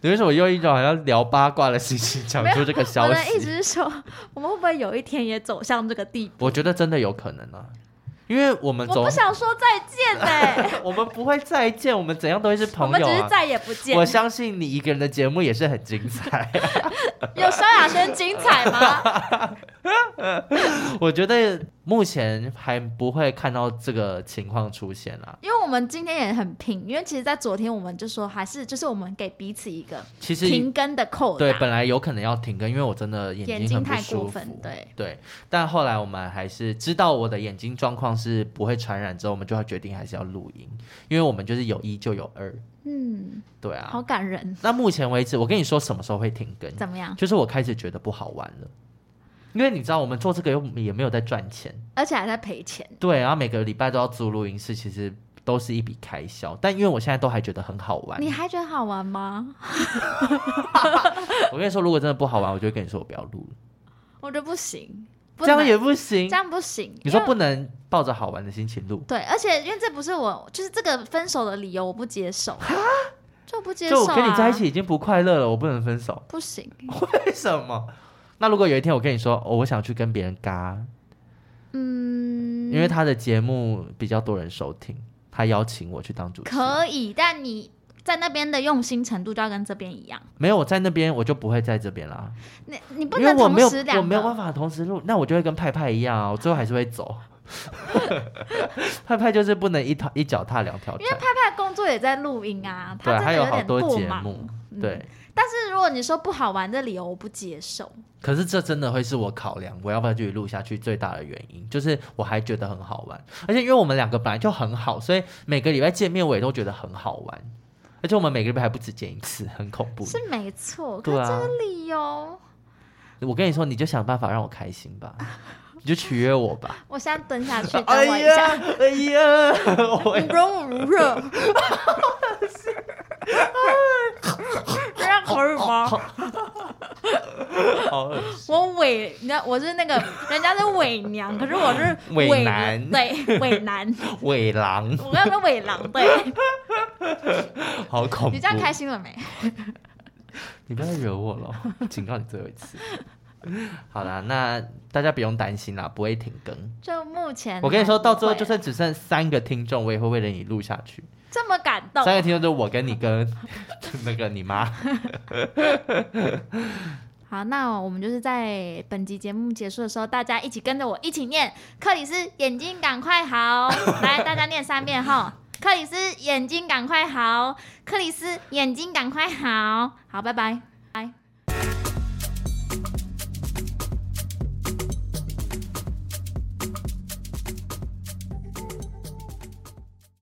[SPEAKER 1] 你为什么用一种好像聊八卦的心情讲
[SPEAKER 2] 没有
[SPEAKER 1] 出这个
[SPEAKER 2] 我
[SPEAKER 1] 消
[SPEAKER 2] 的意思
[SPEAKER 1] 息？
[SPEAKER 2] 是说，我们会不会有一天也走向这个地步？
[SPEAKER 1] 我觉得真的有可能啊，因为我们
[SPEAKER 2] 我
[SPEAKER 1] 总
[SPEAKER 2] 不想说再见哎、
[SPEAKER 1] 我们不会再见，我们怎样都会是
[SPEAKER 2] 我
[SPEAKER 1] 朋
[SPEAKER 2] 们
[SPEAKER 1] 友
[SPEAKER 2] 只是
[SPEAKER 1] 啊。
[SPEAKER 2] 再也不见
[SPEAKER 1] 我。相信你一个人的节目也是很精彩，
[SPEAKER 2] 有萧亚轩精彩吗？
[SPEAKER 1] 我觉得目前还不会看到这个情况出现啊啦。
[SPEAKER 2] 因为我们今天也很拼，因为其实，在昨天我们就说，还是就是我们给彼此一个
[SPEAKER 1] 其实
[SPEAKER 2] 停更的扣
[SPEAKER 1] 对，
[SPEAKER 2] 打。
[SPEAKER 1] 本来有可能要停更，因为我真的眼
[SPEAKER 2] 眼
[SPEAKER 1] 睛
[SPEAKER 2] 睛
[SPEAKER 1] 很不
[SPEAKER 2] 太
[SPEAKER 1] 舒
[SPEAKER 2] 过
[SPEAKER 1] 服
[SPEAKER 2] 分。对
[SPEAKER 1] 但后来我们还是知道我的眼睛状况是不会传染之后，我们就要决定还是要录音，因为我们就是有一就有二。
[SPEAKER 2] 嗯，
[SPEAKER 1] 对
[SPEAKER 2] 好
[SPEAKER 1] 啊，
[SPEAKER 2] 感人。
[SPEAKER 1] 那目前为止，我跟你说什么时候会停更，
[SPEAKER 2] 怎么样？
[SPEAKER 1] 就是我开始觉得不好玩了。因为你知道，我们做这个又也没有在赚钱，
[SPEAKER 2] 而且还在赔钱。
[SPEAKER 1] 对，然后每个礼拜都要租录音室，其实都是一笔开销。但因为我现在都还觉得很好玩，
[SPEAKER 2] 你还觉得好玩吗？
[SPEAKER 1] 我跟你说，如果真的不好玩，我就会跟你说我不要录了，
[SPEAKER 2] 我觉得不行，不
[SPEAKER 1] 这样
[SPEAKER 2] 能
[SPEAKER 1] 也不行
[SPEAKER 2] 这。样不行。
[SPEAKER 1] 你说
[SPEAKER 2] 因为
[SPEAKER 1] 不能抱着好玩的心情录，
[SPEAKER 2] 对，而且因为这不是我，就是这个分手的理由，我不接受，就不接
[SPEAKER 1] 就
[SPEAKER 2] 受、
[SPEAKER 1] 我
[SPEAKER 2] 啊。嗯
[SPEAKER 1] 跟你在一起已经不快乐了，我不能分手，
[SPEAKER 2] 不行，
[SPEAKER 1] 为什么？那如果有一天我跟你说，哦，我想去跟别人嘎，
[SPEAKER 2] 嗯，
[SPEAKER 1] 因为他的节目比较多人收听，他邀请我去当主持人，
[SPEAKER 2] 可以，但你在那边的用心程度就要跟这边一样，
[SPEAKER 1] 没有我在那边，我就不会在这边啦，
[SPEAKER 2] 你你不
[SPEAKER 1] 因为
[SPEAKER 2] 能
[SPEAKER 1] 我
[SPEAKER 2] 同
[SPEAKER 1] 没有
[SPEAKER 2] 时两个，
[SPEAKER 1] 我没有办法同时录，那我就会跟派派一样啊，我最后还是会 走。派派就是不能一踏一脚踏两条
[SPEAKER 2] 因为派
[SPEAKER 1] 船，
[SPEAKER 2] 派工作也在录音啊，
[SPEAKER 1] 对，
[SPEAKER 2] 真
[SPEAKER 1] 还
[SPEAKER 2] 的
[SPEAKER 1] 有好
[SPEAKER 2] 点
[SPEAKER 1] 多
[SPEAKER 2] 过
[SPEAKER 1] 节
[SPEAKER 2] 忙。
[SPEAKER 1] 目，
[SPEAKER 2] 嗯
[SPEAKER 1] 对。
[SPEAKER 2] 但是如果你说不好玩的理由，我不接受。
[SPEAKER 1] 可是这真的会是我考量我要不要继续录下去最大的原因，就是我还觉得很好玩，而且因为我们两个本来就很好，所以每个礼拜见面我也都觉得很好玩，而且我们每个礼拜还不止见一次，很恐怖。
[SPEAKER 2] 是没错，可
[SPEAKER 1] 对
[SPEAKER 2] 是
[SPEAKER 1] 啊
[SPEAKER 2] 这个理由，
[SPEAKER 1] 我跟你说，你就想办法让我开心吧，你就取悦我 吧。
[SPEAKER 2] 我现在蹲下去，等我
[SPEAKER 1] 哎
[SPEAKER 2] 一
[SPEAKER 1] 呀
[SPEAKER 2] 下。，
[SPEAKER 1] 哎呀， 我
[SPEAKER 2] 五荣五热， 这样可以吗？
[SPEAKER 1] 好恶心。
[SPEAKER 2] 我伪，你知道我是那个人家是伪娘，可是我是
[SPEAKER 1] 伪
[SPEAKER 2] 伪
[SPEAKER 1] 男
[SPEAKER 2] 对伪男，
[SPEAKER 1] 尾狼，
[SPEAKER 2] 我刚刚伪狼 对。
[SPEAKER 1] 好恐怖。
[SPEAKER 2] 你这样开，心了没？
[SPEAKER 1] 你不要惹我了， 警告你最后一次。好啦，那大家不用担心啦，不会停更。
[SPEAKER 2] 就目前
[SPEAKER 1] 我跟你说到最后，就
[SPEAKER 2] 还不会
[SPEAKER 1] 算只剩三个听众，我也会为了你录下去。
[SPEAKER 2] 这么感 动
[SPEAKER 1] 三，个听众就是我跟你跟那个你妈。
[SPEAKER 2] 好，那我们就是在本集节目结束的时候，大家一起跟着我一起念：克里斯眼睛赶快好，来，大家念三遍后。克里斯眼睛赶快好，克里斯眼睛赶快好，好，拜拜，拜。